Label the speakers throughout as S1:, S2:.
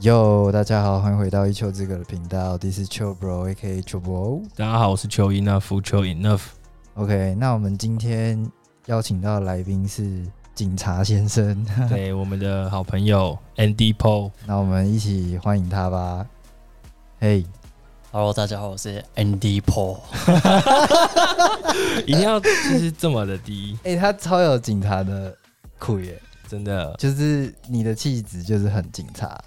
S1: Yo，大家好，欢迎回到一丘之隔的频道，This is Chill Bro A.K. Chill Bro。
S2: 大家好，我是邱 enough 邱 enough。
S1: OK，那我们今天邀请到的来宾是警察先生，
S2: 对，我们的好朋友 Andy Paul。
S1: 那我们一起欢迎他吧。嘿、
S3: Hello，大家好，我是 Andy Paul。
S2: 一定要就是这么的低，
S1: 哎、他超有警察的酷耶，
S2: 真的。
S1: 就是你的气质就是很警察，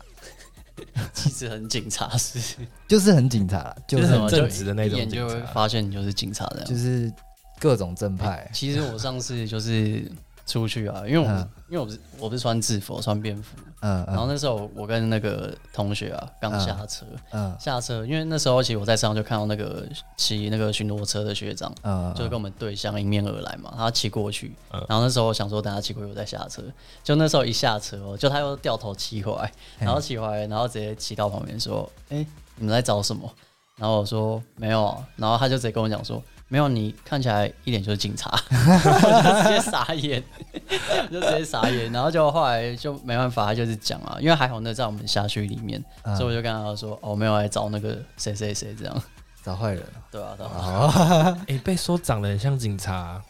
S3: 其实很警察 是，
S1: 就是很警察啦，就
S2: 就是是
S1: 很
S2: 很
S1: 正，
S2: 正直的那
S3: 一
S2: 种
S3: 眼
S2: 警
S3: 就会
S2: 察。
S3: 发现你就是警察的。
S1: 就是各种正 派。
S3: 其实我上次就是出去啊，因为我、
S1: 嗯
S3: 因为我不是我不是穿制服，我穿便服。
S1: 嗯
S3: 然后
S1: 嗯
S3: 那时候我跟那个同学啊刚下车，
S1: 嗯
S3: 下车，因为那时候其实我在车上就看到那个骑那个巡逻车的学长。
S1: 嗯，
S3: 就跟我们对象迎面而来嘛，他骑过去，
S2: 嗯
S3: 然后那时候我想说等他骑过去我再下车，就那时候一下车哦，就他又掉头骑回来，
S1: 嘿
S3: 然后骑回来，然后直接骑到旁边说：“哎、你们在找什么？”然后我说：“没有啊。”然后他就直接跟我讲说：“没有，你看起来一脸就是警察。” 我就直接傻眼，我就直接傻眼。然后就后来就没办法，他就是讲啊，因为还好那在我们辖区里面，
S1: 嗯
S3: 所以我就跟他说：“哦，没有来找那个谁谁谁这样。
S1: 找坏人，”
S3: 对啊，对啊，
S1: 哦，
S2: 哎、被说长得很像警察，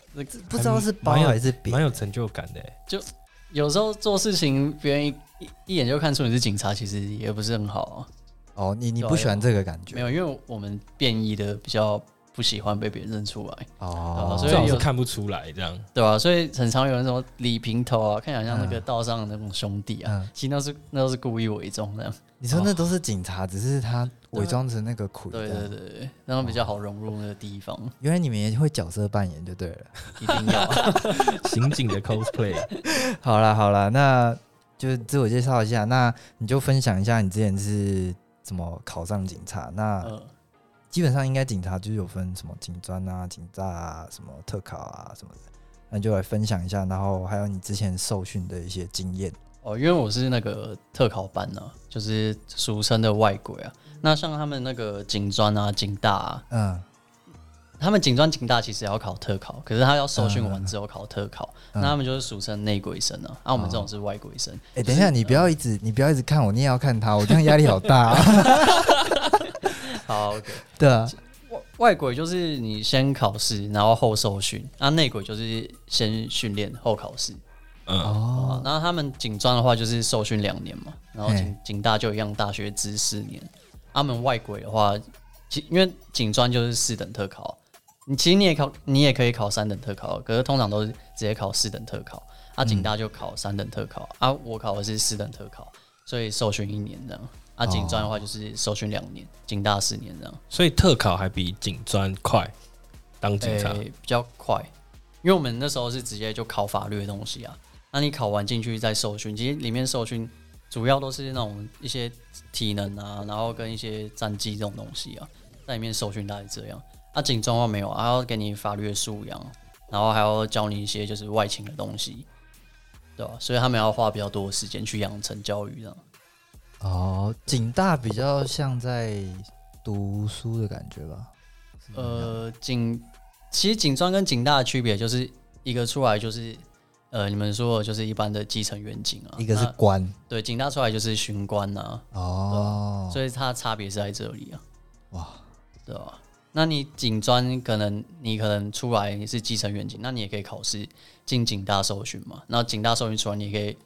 S1: 不知道是包
S2: 蛮有
S1: 还是别
S2: 蛮有成就感的欸。
S3: 有时候做事情别人一一一眼就看出你是警察，其实也不是很好、啊。
S1: 哦，你你
S3: 对啊
S1: 不喜欢这个感觉？
S3: 没有，因为我们便衣的比较不喜欢被别人认出来。
S1: 哦，
S3: 所以
S2: 最好
S3: 有
S2: 是看不出来这样。
S3: 对吧、所以很常有人什么理平头啊，看起来像那个道上的那种兄弟啊，
S1: 嗯
S3: 其实那是那都是故意伪装的。
S1: 你说
S2: 哦
S1: 那都是警察，只是他伪装成那个苦这
S3: 对对
S1: 样
S3: 对对，那种比较好融入那个地方，
S1: 原来你们也会角色扮演就对 了。
S3: 一定要啊
S2: 刑警的 cosplay，
S1: 好啦好啦，那就自我介绍一下，那你就分享一下你之前是怎么考上警察。那
S3: 嗯
S1: 基本上应该警察就是有分什么警专啊、警大啊、什么特考啊什么的，那你就来分享一下，然后还有你之前受训的一些经验。
S3: 哦，因为我是那个特考班呢、啊，就是俗称的外鬼啊。那像他们那个警专啊、警大啊，
S1: 嗯，
S3: 他们警专、警大其实也要考特考，可是他要受训
S1: 嗯
S3: 完之后考特考，
S1: 嗯哦
S3: 那他们就是俗称内鬼生啊。啊，我们这种是外鬼 生，
S1: 哎、等一下，你不要
S3: 嗯
S1: 一直你不要一直看我，你也要看他，我这样压力好大、 啊。
S3: 好，OK。
S1: 对啊，
S3: 外外鬼就是你先考试，然后后受训；那内鬼就是先训练后考试。
S2: 嗯，
S3: 哦，那他们警专的话就是受训两年嘛，然后
S1: 嘿
S3: 警警大就一样大学资四年。他们外鬼的话，其因为警专就是四等特考，你其实你也考，你也可以考三等特考，可是通常都是直接考四等特考。啊，警大就考三等特考，啊，我考的是四等特考，所以受训一年这样。啊，警专的话就是受训两年，警大四年这样。
S2: 所以特考还比警专快，当警察。
S3: 诶比较快，因为我们那时候是直接就考法律的东西啊。那你考完进去再受训，其实里面受训主要都是那种一些体能啊，然后跟一些战绩这种东西啊，在里面受训大概是这样。啊，警专的话没有，还要给你法律的素养，啊然后还要教你一些就是外勤的东西，对吧、所以他们要花比较多的时间去养成教育这样。
S1: 哦，警大比较像在读书的感觉吧？
S3: 呃，警其实警专跟警大的区别就是一个出来就是呃，你们说的就是一般的基层员警啊，
S1: 一个是
S3: 那
S1: 官
S3: 对警大出来就是巡官啊，
S1: 哦，
S3: 所以它的差别是在这里啊，
S1: 哇，
S3: 对吧、那你警专可能你可能出来你是基层员警，那你也可以考试进警大受训嘛，然后警大受训出来你也可以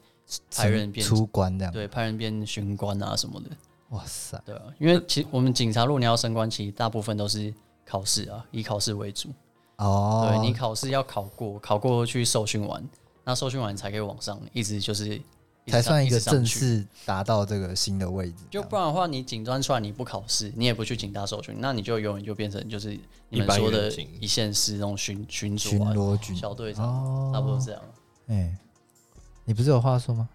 S3: 派人变
S1: 出官这样，
S3: 对派人变巡官啊什么的，
S1: 哇塞，
S3: 对啊，因为其实我们警察如果你要升官，其实大部分都是考试啊，以考试为主。
S1: 哦，
S3: 对你考试要考过，考过去受训完，那受训完才可以往上，一直就是一直
S1: 才
S3: 上
S1: 算一个
S3: 直上
S1: 正
S3: 去
S1: 式达到这个新的位置这
S3: 就
S1: 样，
S3: 不然的话，你警专出来你不考试，你也不去警大受训，那你就永远就变成就是你
S2: 一
S3: 们
S2: 般
S3: 说
S2: 员
S3: 的
S2: 警
S3: 一线市那种巡巡
S1: 巡
S3: 佐啊、
S1: 逻局
S3: 小队长，差不多
S1: 哦，
S3: 这样。
S1: 哎，你不是有话说吗？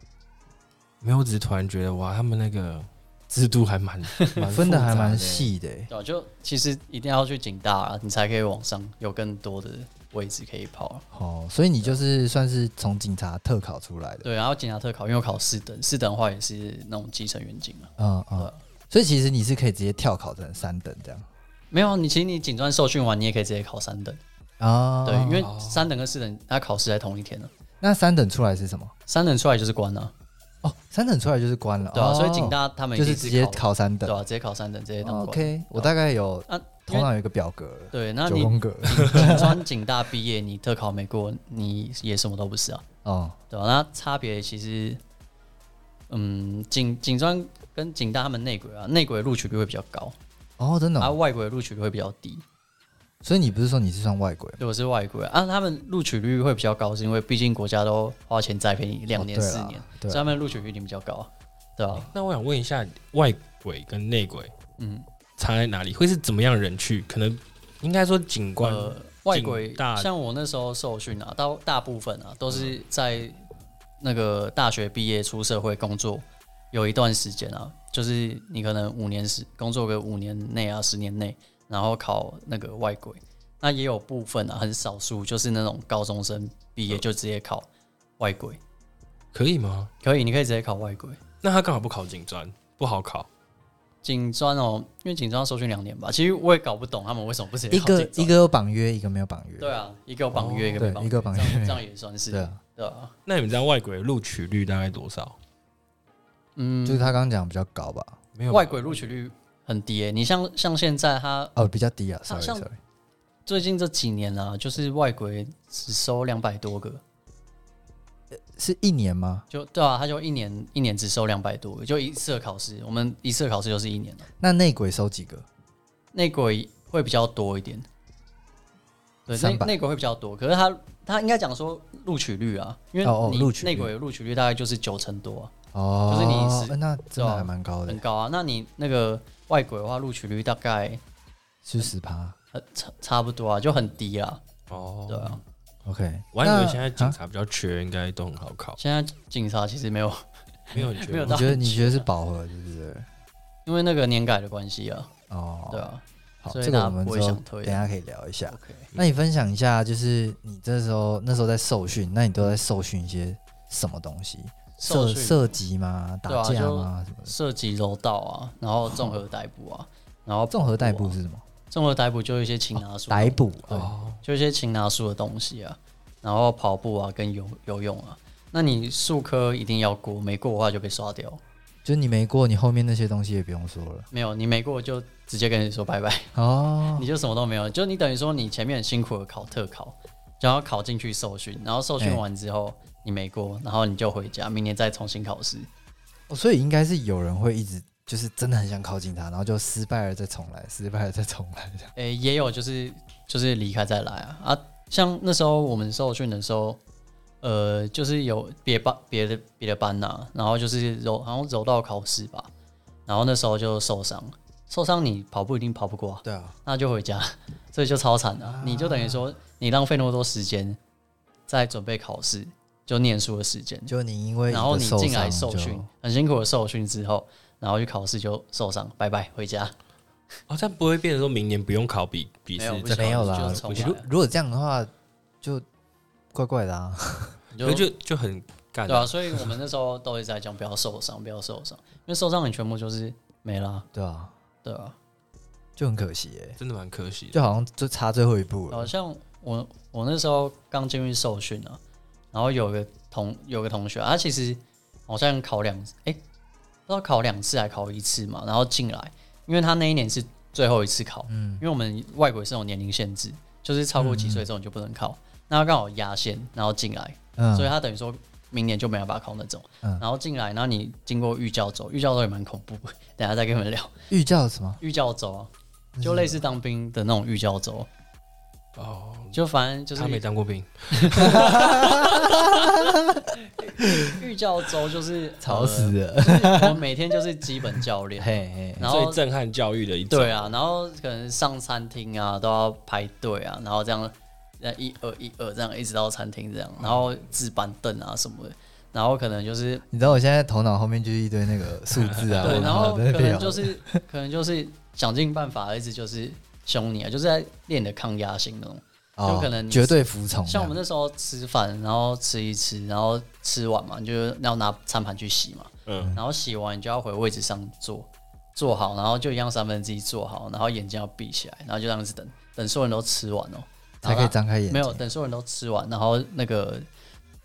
S2: 没有，我只是突然觉得哇，他们那个制度还蛮 蛮
S1: 分的
S2: 复杂
S1: 还蛮
S2: 欸。
S1: 细的欸，
S3: 对啊、就其实一定要去警大、啊，你才可以往上，有更多的位置可以跑啊、
S1: 哦，所以你就是算是从警察特考出来的，
S3: 对，然后警察特考，因为我考四等，四等的话也是那种基层员警啊。
S1: 嗯嗯，所以其实你是可以直接跳考成三等这样
S3: 没有啊，你其实你警专受训完，你也可以直接考三等。
S1: 啊
S3: 对，因为三等跟四等它考试在同一天呢、
S1: 那三等出来是什么？
S3: 三等出来就是官了、
S1: 哦，三等出来就是官了，
S3: 对啊，
S1: 哦
S3: 所以警大他们
S1: 就
S3: 一定
S1: 是直接
S3: 考，
S1: 考三等
S3: 对。啊，直接考三等，直接当
S1: 哦
S3: 官。
S1: OK，我大概有
S3: 啊，因
S1: 头
S3: 为
S1: 脑有一个表格了，
S3: 对，那
S1: 九
S3: 你
S1: 宫格
S3: 警专警大毕业，你特考没过，你也什么都不是啊，
S1: 哦，
S3: 对吧、那差别其实，嗯，警警专跟警大他们内鬼啊，内鬼录取率会比较高，
S1: 哦，真的
S3: 而、
S1: 哦、
S3: 外鬼录取率会比较低。
S1: 所以你不是说你是算外国人？
S3: 对，我是外国人啊，他们录取率会比较高，是因为毕竟国家都花钱栽培你两年、
S1: 哦对
S3: 四
S1: 啦
S3: 年，
S1: 对
S3: 所以他们录取率一定比较高啊，对吧、
S2: 那我想问一下，外鬼跟内鬼
S3: 嗯，
S2: 差在哪里？会是怎么样的人去？可能应该说警官、
S3: 呃，外鬼
S2: 警大嗯
S3: 像我那时候受训啊，大大部分啊都是在那个大学毕业出社会工作有一段时间啊，就是你可能五年时工作个五年内啊，十年内，然后考那个外鬼。那也有部分啊，很少数就是那种高中生
S2: 嗯
S3: 毕业就直接考外鬼，
S2: 可以吗？
S3: 可以，你可以直接考外鬼。
S2: 那他刚好不考警专，不好考。
S3: 警专哦，因为警专要受训两年吧，其实我也搞不懂他们为什么不直接
S1: 一
S3: 考
S1: 个
S3: 警专
S1: 一个有绑约，一个没有绑约。
S3: 对啊，一个有绑约，
S2: 哦
S3: 一个
S1: 对
S3: 没绑
S1: 一个绑约
S3: 这样这样也算是
S1: 对啊，
S3: 对啊，
S2: 那你们知道外鬼录取率大概多少？
S3: 嗯，
S1: 就是他刚刚讲比较高吧？
S2: 没有吧
S3: 外鬼录取率很低诶、你像像现在他
S1: 哦，比较低啊
S3: 像
S1: ，sorry
S3: 像
S1: sorry。
S3: 最近这几年啊，就是外鬼只收两百多个，
S1: 是一年吗？
S3: 就对啊，他就一年一年只收两百多个，就一次的考试，我们一次的考试就是一年了，
S1: 那内鬼收几个？
S3: 内鬼会比较多一点，对，内
S1: 300
S3: 内鬼会比较多，可是他他应该讲说录取率啊，因为
S1: 哦哦
S3: 你
S1: 录取率
S3: 内鬼录取率大概就是九成多啊、
S1: 哦，
S3: 就是你是
S1: 呃那真
S3: 对
S1: 的
S3: 啊
S1: 还蛮高的
S3: 很，高啊。那你那个外国的话，录取率大概
S1: 是十趴。
S3: 差差不多啊，就很低啊。
S2: 哦，
S3: 对啊，
S1: OK，
S2: 我还以为
S1: 那
S2: 现在警
S1: 啊
S2: 察比较缺，应该都很好考，
S3: 现在警察其实没有，
S2: 没有很缺吗。
S3: 没有
S1: 你
S3: 到
S1: 觉得你觉得是
S3: 啊
S1: 饱和是不是？
S3: 因为那个年改的关系啊，
S1: 哦，
S3: 对啊。
S1: 好，
S3: 所以
S1: 这个
S3: 大家
S1: 我们
S3: 不会
S1: 之后
S3: 想推
S1: 等一下可以聊一下。
S3: OK，
S1: 那你分享一下，就是你这时候那时候在受训，那你都在受训一些什么东西？
S3: 受
S1: 射
S3: 训
S1: 射击吗？
S3: 对
S1: 打
S3: 啊
S1: 架
S3: 就
S1: 吗？什么的？
S3: 涉及柔道啊，然后综合逮捕啊，然后
S1: 综合逮捕
S3: 啊，
S1: 是什么？
S3: 综合逮捕就一些擒拿术，
S1: 逮捕哦，
S2: 哦，
S3: 就一些擒拿术的东西啊，然后跑步啊跟游游泳啊。那你术科一定要过，没过的话就被刷掉。
S1: 就是你没过，你后面那些东西也不用说了
S3: 没有，你没过就直接跟你说拜拜。
S1: 哦。
S3: 你就什么都没有，就你等于说你前面很辛苦的考特考，然后考进去受训，然后受训
S1: 哎
S3: 完之后、你没过，然后你就回家，明年再重新考试。
S1: 哦，所以应该是有人会一直就是真的很想靠近他，然后就失败了再重来，失败了再重来这样。
S3: 诶、也有就是就是离开再来啊啊，像那时候我们受训的时候，呃，就是有别班别的别的班呐、然后就是柔好像柔道考试吧，然后那时候就受伤，受伤你跑步一定跑不过啊、
S1: 对啊，
S3: 那就回家， 所以就超惨的、啊你就等于说，你浪费那么多时间在准备考试，就念书的时间，
S1: 就你因为
S3: 然后你
S1: 受
S3: 进来
S1: 伤
S3: 受
S1: 就
S3: 训，很辛苦的受训之后，然后去考试就受伤，拜拜，回家。
S2: 哦，这样不会变成说明年不用考笔笔
S3: 没有
S2: 试，
S3: 不
S2: 再
S3: 行
S2: 考
S1: 没有啦
S3: 就重来
S1: 如
S3: 啊，
S1: 如果这样的话，就怪怪的啊。
S3: 你
S2: 可是
S3: 就
S2: 就就很干
S3: 对啊，所以我们那时候都一直在讲不要受伤，不要受伤，因为受伤你全部就是没了，
S1: 对啊，
S3: 对啊。
S1: 就很可惜哎、
S2: 真的蛮可惜的。
S1: 就好像就差最后一步了
S3: 好。像我我那时候刚进去受训啊，然后有个同有个同学啊，他其实好像考两哎、不知道考两次还考一次嘛，然后进来，因为他那一年是最后一次考，
S1: 嗯
S3: 因为我们外国是有年龄限制，就是超过几岁之后你就不能考，那他刚好压线，然后进来，
S1: 嗯，
S3: 所以他等于说。明年就没办法考那种，
S1: 嗯
S3: 然后进来，然后你经过预教走，预教走也蛮恐怖 的，等一下再跟你们聊
S1: 寓教什么？
S3: 预教走啊，就类似当兵的那种预教走，
S2: 哦，
S3: 就反正就是
S2: 他没当过兵，
S3: 预教 周就是
S1: 吵死，了。
S3: 呃我们每天就是基本教
S2: 呃
S3: 练，
S1: 嘿嘿，
S3: 然
S2: 最
S3: 后
S2: 震撼教育的一种
S3: 对，啊，然后可能上餐厅啊都要排队啊，然后这样呃一二一二这样一直到餐厅这样，然后置板凳啊什么的，然后可能就是
S1: 你知道我现在头脑后面就是一堆那个数字 啊，
S3: 对，
S1: 我
S3: 然
S1: 脑
S3: 后
S1: 袋
S3: 可
S1: 被咬
S3: 能就是可能就是想尽办法一直就是凶你啊，就是在练你的抗压性那种。
S1: 哦
S3: 就可能你
S1: 绝对服从这样。
S3: 像我们那时候吃饭，然后吃一吃，然后吃完嘛，你就要拿餐盘去洗嘛。
S2: 嗯，
S3: 然后洗完你就要回位置上坐，坐好，然后就一样三分之一坐好，然后眼睛要闭起来，然后就这样子等，等所有人都吃完哦，
S1: 才可以张开眼睛。
S3: 没有等所有人都吃完，然后那个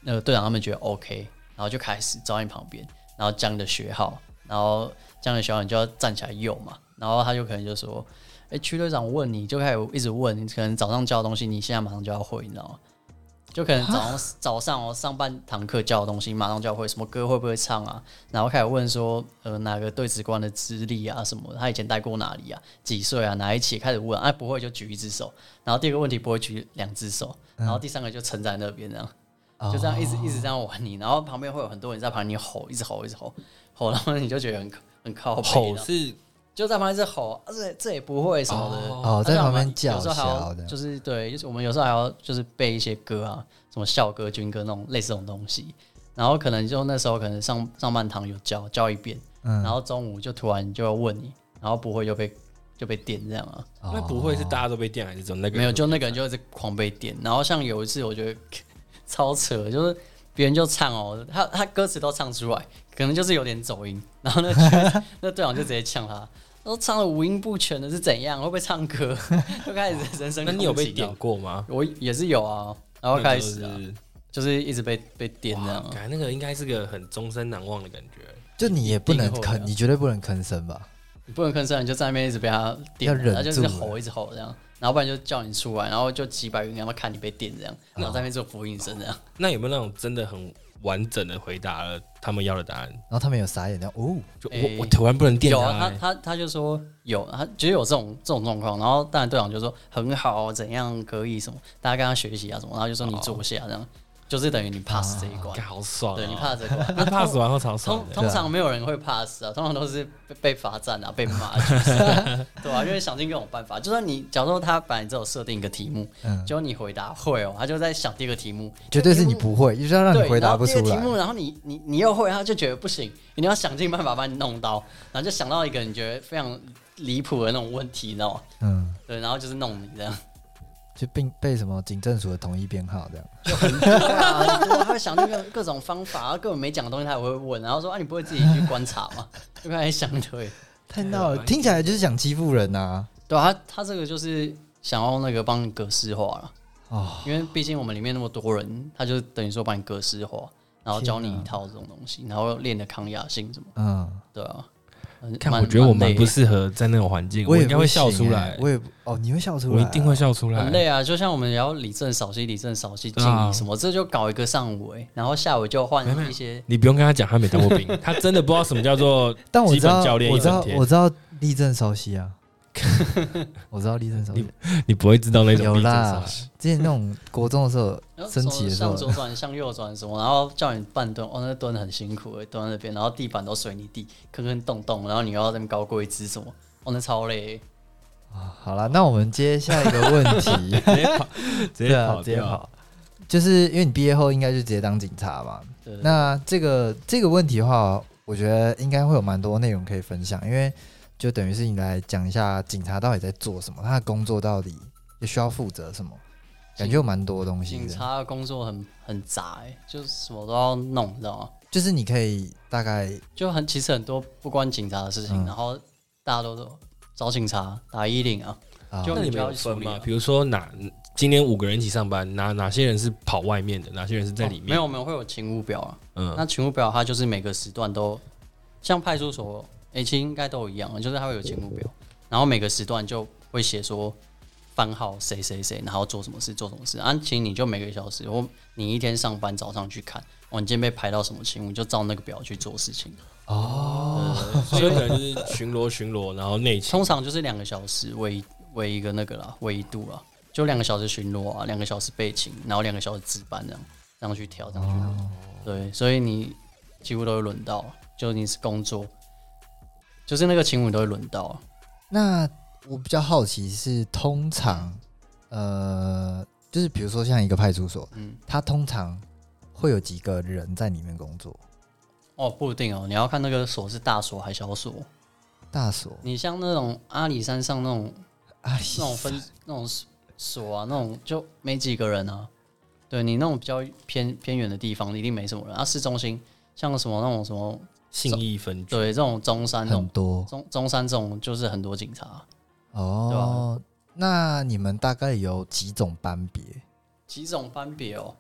S3: 那个队长他们觉得 OK，然后就开始走到你旁边，然后这样的学号，然后这样的学号你就要站起来用嘛，然后他就可能就说，哎、区队长问你，就开始一直问，你可能早上教的东西，你现在马上就要会，你知道吗？就可能早上早上哦，上半堂课教的东西，马上就要会，什么歌会不会唱啊？然后开始问说，呃，哪个对职官的资历啊，什么，他以前待过哪里啊，几岁啊，哪一期开始问，哎、不会就举一只手，然后第二个问题不会举两只手，然后第三个就撑在那边这样。就这样一直一直这样玩你，然后旁边会有很多人在旁边吼，一直吼，一直吼，吼，然后你就觉得很很靠背
S2: 吼
S3: 然后
S2: 是
S3: 就在旁边一直吼，啊这这也不会什么的，啊
S1: 哦，在旁边叫
S3: 有时候还
S1: 嚣
S3: 要
S1: 的，
S3: 就是对，就是我们有时候还要就是背一些歌啊，什么校歌、军歌那种类似这种东西，然后可能就那时候可能上上半堂有教教一遍，
S1: 嗯
S3: 然后中午就突然就要问你，然后不会就被就被电这样啊，
S2: 那不会是大家都被电还是怎么？那个
S3: 没有，就那个人就一直狂被点。然后像有一次，我觉得 超扯，就是别人就唱哦，他他歌词都唱出来，可能就是有点走音。然后 那个那队长就直接呛他，说唱的五音不全的是怎样？会不会唱歌？ 就开始人
S2: 那
S3: 身攻击了。
S2: 你有被点过吗？
S3: 我也是有啊，然后开始
S2: 那
S3: 啊，
S2: 就是
S3: 就是一直被被点这样
S2: 哇
S3: 啊。
S2: 感觉那个应该是个很终身难忘的感觉。
S1: 就你也不能
S3: 一定会
S1: 吭，
S3: 啊
S1: 你绝对不能吭声吧？
S3: 你不能吭声，你就在那边一直被他点
S1: 要
S3: 啊，
S1: 忍
S3: 他就是
S1: 住
S3: 吼一直吼这样，然后不然就叫你出来，然后就几百个人要看你被点这样，
S2: 啊
S3: 然后在那边做福音声这样。
S2: 那有没有那种真的很完整的回答了他们要的答案？
S1: 然后他们有傻眼，然后哦，
S2: 就我、
S3: 诶
S2: 我突然不能电
S3: 有
S2: 他、
S3: 啊，
S2: 欸
S3: 他他他就说有，他其实有这种这种状况，然后当然队长就说很好，啊怎样可以什么，大家跟他学习啊什么，然后就说你坐下这样，就是等于你 pass 这一关
S2: 哦啊干，好爽、啊
S3: 对你 pass 这 一关。
S2: 他 pass 完后超爽
S3: 通
S2: 的。
S3: 通常没有人会 pass 啊，通常都是被被罚 站啊，被骂，就是对啊，因为想尽各种办法。就算你，假如说他本来只有设定一个题目，
S1: 嗯，
S3: 结果你回答会哦，他就在想第二个题目，
S1: 绝对是你不会，就是要让你
S3: 对，
S1: 回
S3: 然
S1: 答
S3: 后
S1: 不
S3: 第二
S1: 出
S3: 个题
S1: 来。
S3: 目，然后你你你又会，他就觉得不行，你要想尽办法把你弄到，然后就想到一个你觉得非常离谱的那种问题，你知道吗？
S1: 嗯，
S3: 对，然后就是弄你这 样，
S1: 就并被什么警政署的统一编号这样。
S3: 他会想那个各种方法，然后根本没讲的东西他也会问，然后说啊你不会自己去观察吗？就开始想对，
S1: 太闹了，听起来就是想欺负人呐、
S3: 对啊，他他这个就是想要那个帮你格式化了，
S1: 哦，
S3: 因为毕竟我们里面那么多人，他就等于说把你格式化，然后教你
S1: 天啊
S3: 一套这种东西，然后练的抗压性什么，
S1: 嗯，
S3: 对啊。
S2: 看，
S3: 蛮
S2: 我觉得我
S3: 蛮
S2: 蛮
S3: 累
S2: 不
S3: 的
S2: 适合在那种环境，
S1: 也
S2: 应该会
S1: 不行
S2: 笑出
S1: 欸
S2: 来，
S1: 我也不哦，你会笑出
S2: 我
S1: 来、
S2: 一定会。笑出来。
S3: 很累啊，就像我们聊理政扫息、理政扫息、
S2: 对
S3: 静
S2: 啊
S3: 怡什么，这就搞一个上午哎、然后下午就换一些。
S2: 你不用跟他讲，他没当过兵， 他真的不知道什么叫做
S1: 但我
S2: 基
S1: 知
S2: 本
S1: 道，
S2: 教练
S1: 我
S2: 一
S1: 知道
S2: 整，天
S1: 我，知道立正稍息啊，我知道立正稍息。
S2: 你不会知道那种
S1: 有
S2: 地震
S1: 啦
S2: 消息。
S1: 之前那种国中的时候
S3: 然，后
S1: 升旗的时
S3: 向
S1: 候，
S3: 左转、向右转 什么，然后叫你半蹲，哦，那蹲得很辛苦哎、蹲在那边，然后地板都水泥地，坑坑洞洞，然后你又要在那边高过一只什么，哦，那超累、
S1: 啊好啦，那我们接下一个问题，
S2: 直接跑， 直
S1: 对
S2: 接
S1: 啊，
S2: 跑，
S1: 直接。跑。就是因为你毕业后应该就直接当警察嘛，
S3: 对，
S1: 那这个这个问题的话，我觉得应该会有蛮多内容可以分享，因为就等于是你来讲一下警察到底在做什么，他的工作到底也需要负责什么，感觉有蛮多东西
S3: 警
S1: 的。
S3: 察的工作很很杂哎、就是什么都要弄，你知道吗？
S1: 就是你可以大概
S3: 就很其实很多不关警察的事情，
S1: 嗯
S3: 然后大家都说找警察打一零啊，
S1: 啊，
S3: 就
S2: 那你们有
S3: 就要
S2: 分
S3: 去处理
S2: 吗
S3: 啊？
S2: 比如说哪今天五个人一起上班，哪哪些人是跑外面的，哪些人是在里
S3: 哦
S2: 面？
S3: 没有，我们会有勤务表啊，那
S2: 嗯，
S3: 勤务表它就是每个时段都，像派出所，诶，其实应该都一样，就是它会有勤务表，然后每个时段就会写说番号谁谁谁，然后做什么事做什么事。啊，其实你就每个小时或你一天上班早上去看，哦，你今天被排到什么勤务，你就照那个表去做事情。哦
S2: 那所以可能就是巡逻巡逻，然后内勤
S3: 通。常就是两个小时为为一个那个啦，为一度啊，就两个小时巡逻啊，两个小时备勤，然后两个小时值班这样，这样去调，这样去轮。对，所以你几乎都会轮到，就你是工作，就是那个勤务你都会轮到。
S1: 那我比较好奇是通常呃，就是比如说像一个派出所，
S3: 嗯，
S1: 他通常会有几个人在里面工作，
S3: 哦，不一定哦，你要看那个所是大所还小所。
S1: 大所
S3: 你像那种阿里山上那种
S1: 啊，
S3: 那种分那种所啊，那种就没几个人啊。对你那种比较偏偏远的地方，一定没什么人啊。市中心像什么那种什么
S2: 信义分局，
S3: 对，这种中山这
S1: 很
S3: 种啊
S1: 多
S3: 中中山这种就是很多警察，
S1: 哦。那你们大概有几种班别？
S3: 几种班别哦。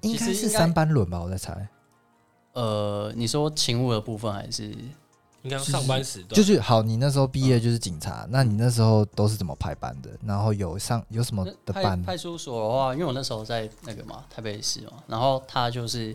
S1: 应该
S3: 其实
S1: 是
S3: 应该啊
S1: 三班轮吧，我在猜。
S3: 呃，你说勤务的部分还是
S2: 应该上班时段
S1: 就是好，你那时候毕业就是警察，那你那时候都是怎么排班的？然后有上有什么的
S3: 派
S1: 班？
S3: 派出所的话，因为我那时候在那个嘛台北市嘛，然后他就是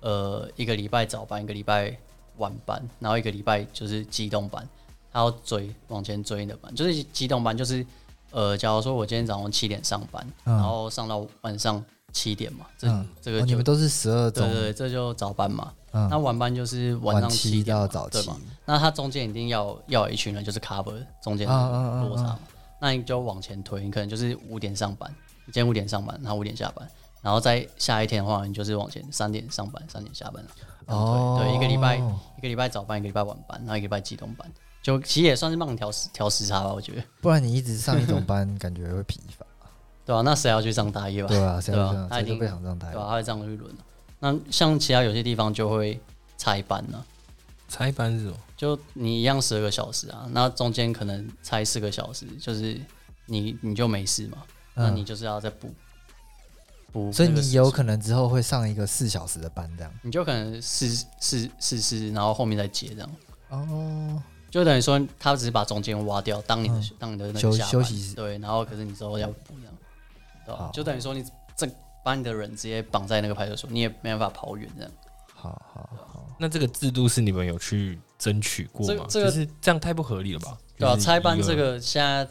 S3: 呃一个礼拜早班，一个礼拜晚班，然后一个礼拜就是机动班，他要追往前追你的班，就是机动班就是呃，假如说我今天早上七点上班，
S1: 嗯
S3: 然后上到晚上七点嘛，这、
S1: 嗯，
S3: 这个
S1: 哦
S3: 就、
S1: 你们都是十二
S3: 对
S1: 中
S3: 对，对，这就早班嘛，那
S1: 嗯，
S3: 晚班就是晚
S1: 晚
S3: 上
S1: 期
S3: 七点嘛
S1: 到早
S3: 对
S1: 期
S3: 嘛，那它中间一定要要有一群人就是 cover 中间的
S1: 啊啊啊
S3: 落差嘛
S1: 啊
S3: 那你就往前推，你可能就是五点上班，你今天五点上班，然后五点下班，然后再下一天的话，你就是往前三点上班，三点下班，这样推
S1: 哦，
S3: 对，一个礼拜一个礼拜早班，一个礼拜晚班，然后一个礼拜机动班，就其实也算是帮你调时调时差吧，我觉得，
S1: 不然你一直上一 种班，感觉会疲乏。
S3: 对啊，那谁要去上大夜吧？
S1: 对 啊，谁
S3: 对
S1: 会
S3: 啊
S1: 这样？
S3: 他
S1: 谁
S3: 一
S1: 都
S3: 定
S1: 不想上台
S3: 对。啊吧、他会这样去轮。那像其他有些地方就会拆班啊呢、
S2: 才班是什么？
S3: 就你一样十二个小时啊，那中间可能拆四个小时，就是你你就没事嘛，那你
S1: 嗯，
S3: 就是要再补补，
S1: 所以你有可能之后会上一个四小时的班这样。
S3: 你就可能试试试试，然后后面再接这样，
S1: 哦，
S3: 就等于说他只是把中间挖掉，当你的、
S1: 嗯
S3: 当你的那个
S1: 休
S3: 下班
S1: 休息时嗯
S3: 对，然后可是你之后要补这样，对吧
S1: 好
S3: 就等于说你这把你的人直接绑在那个派出所，你也没办法跑远这样。
S1: 好好好，
S2: 那这个制度是你们有去争取过吗？
S3: 这这个
S2: 就是这样太不合理了吧？
S3: 对啊，
S2: 就是
S3: 拆班
S2: 一
S3: 这个现在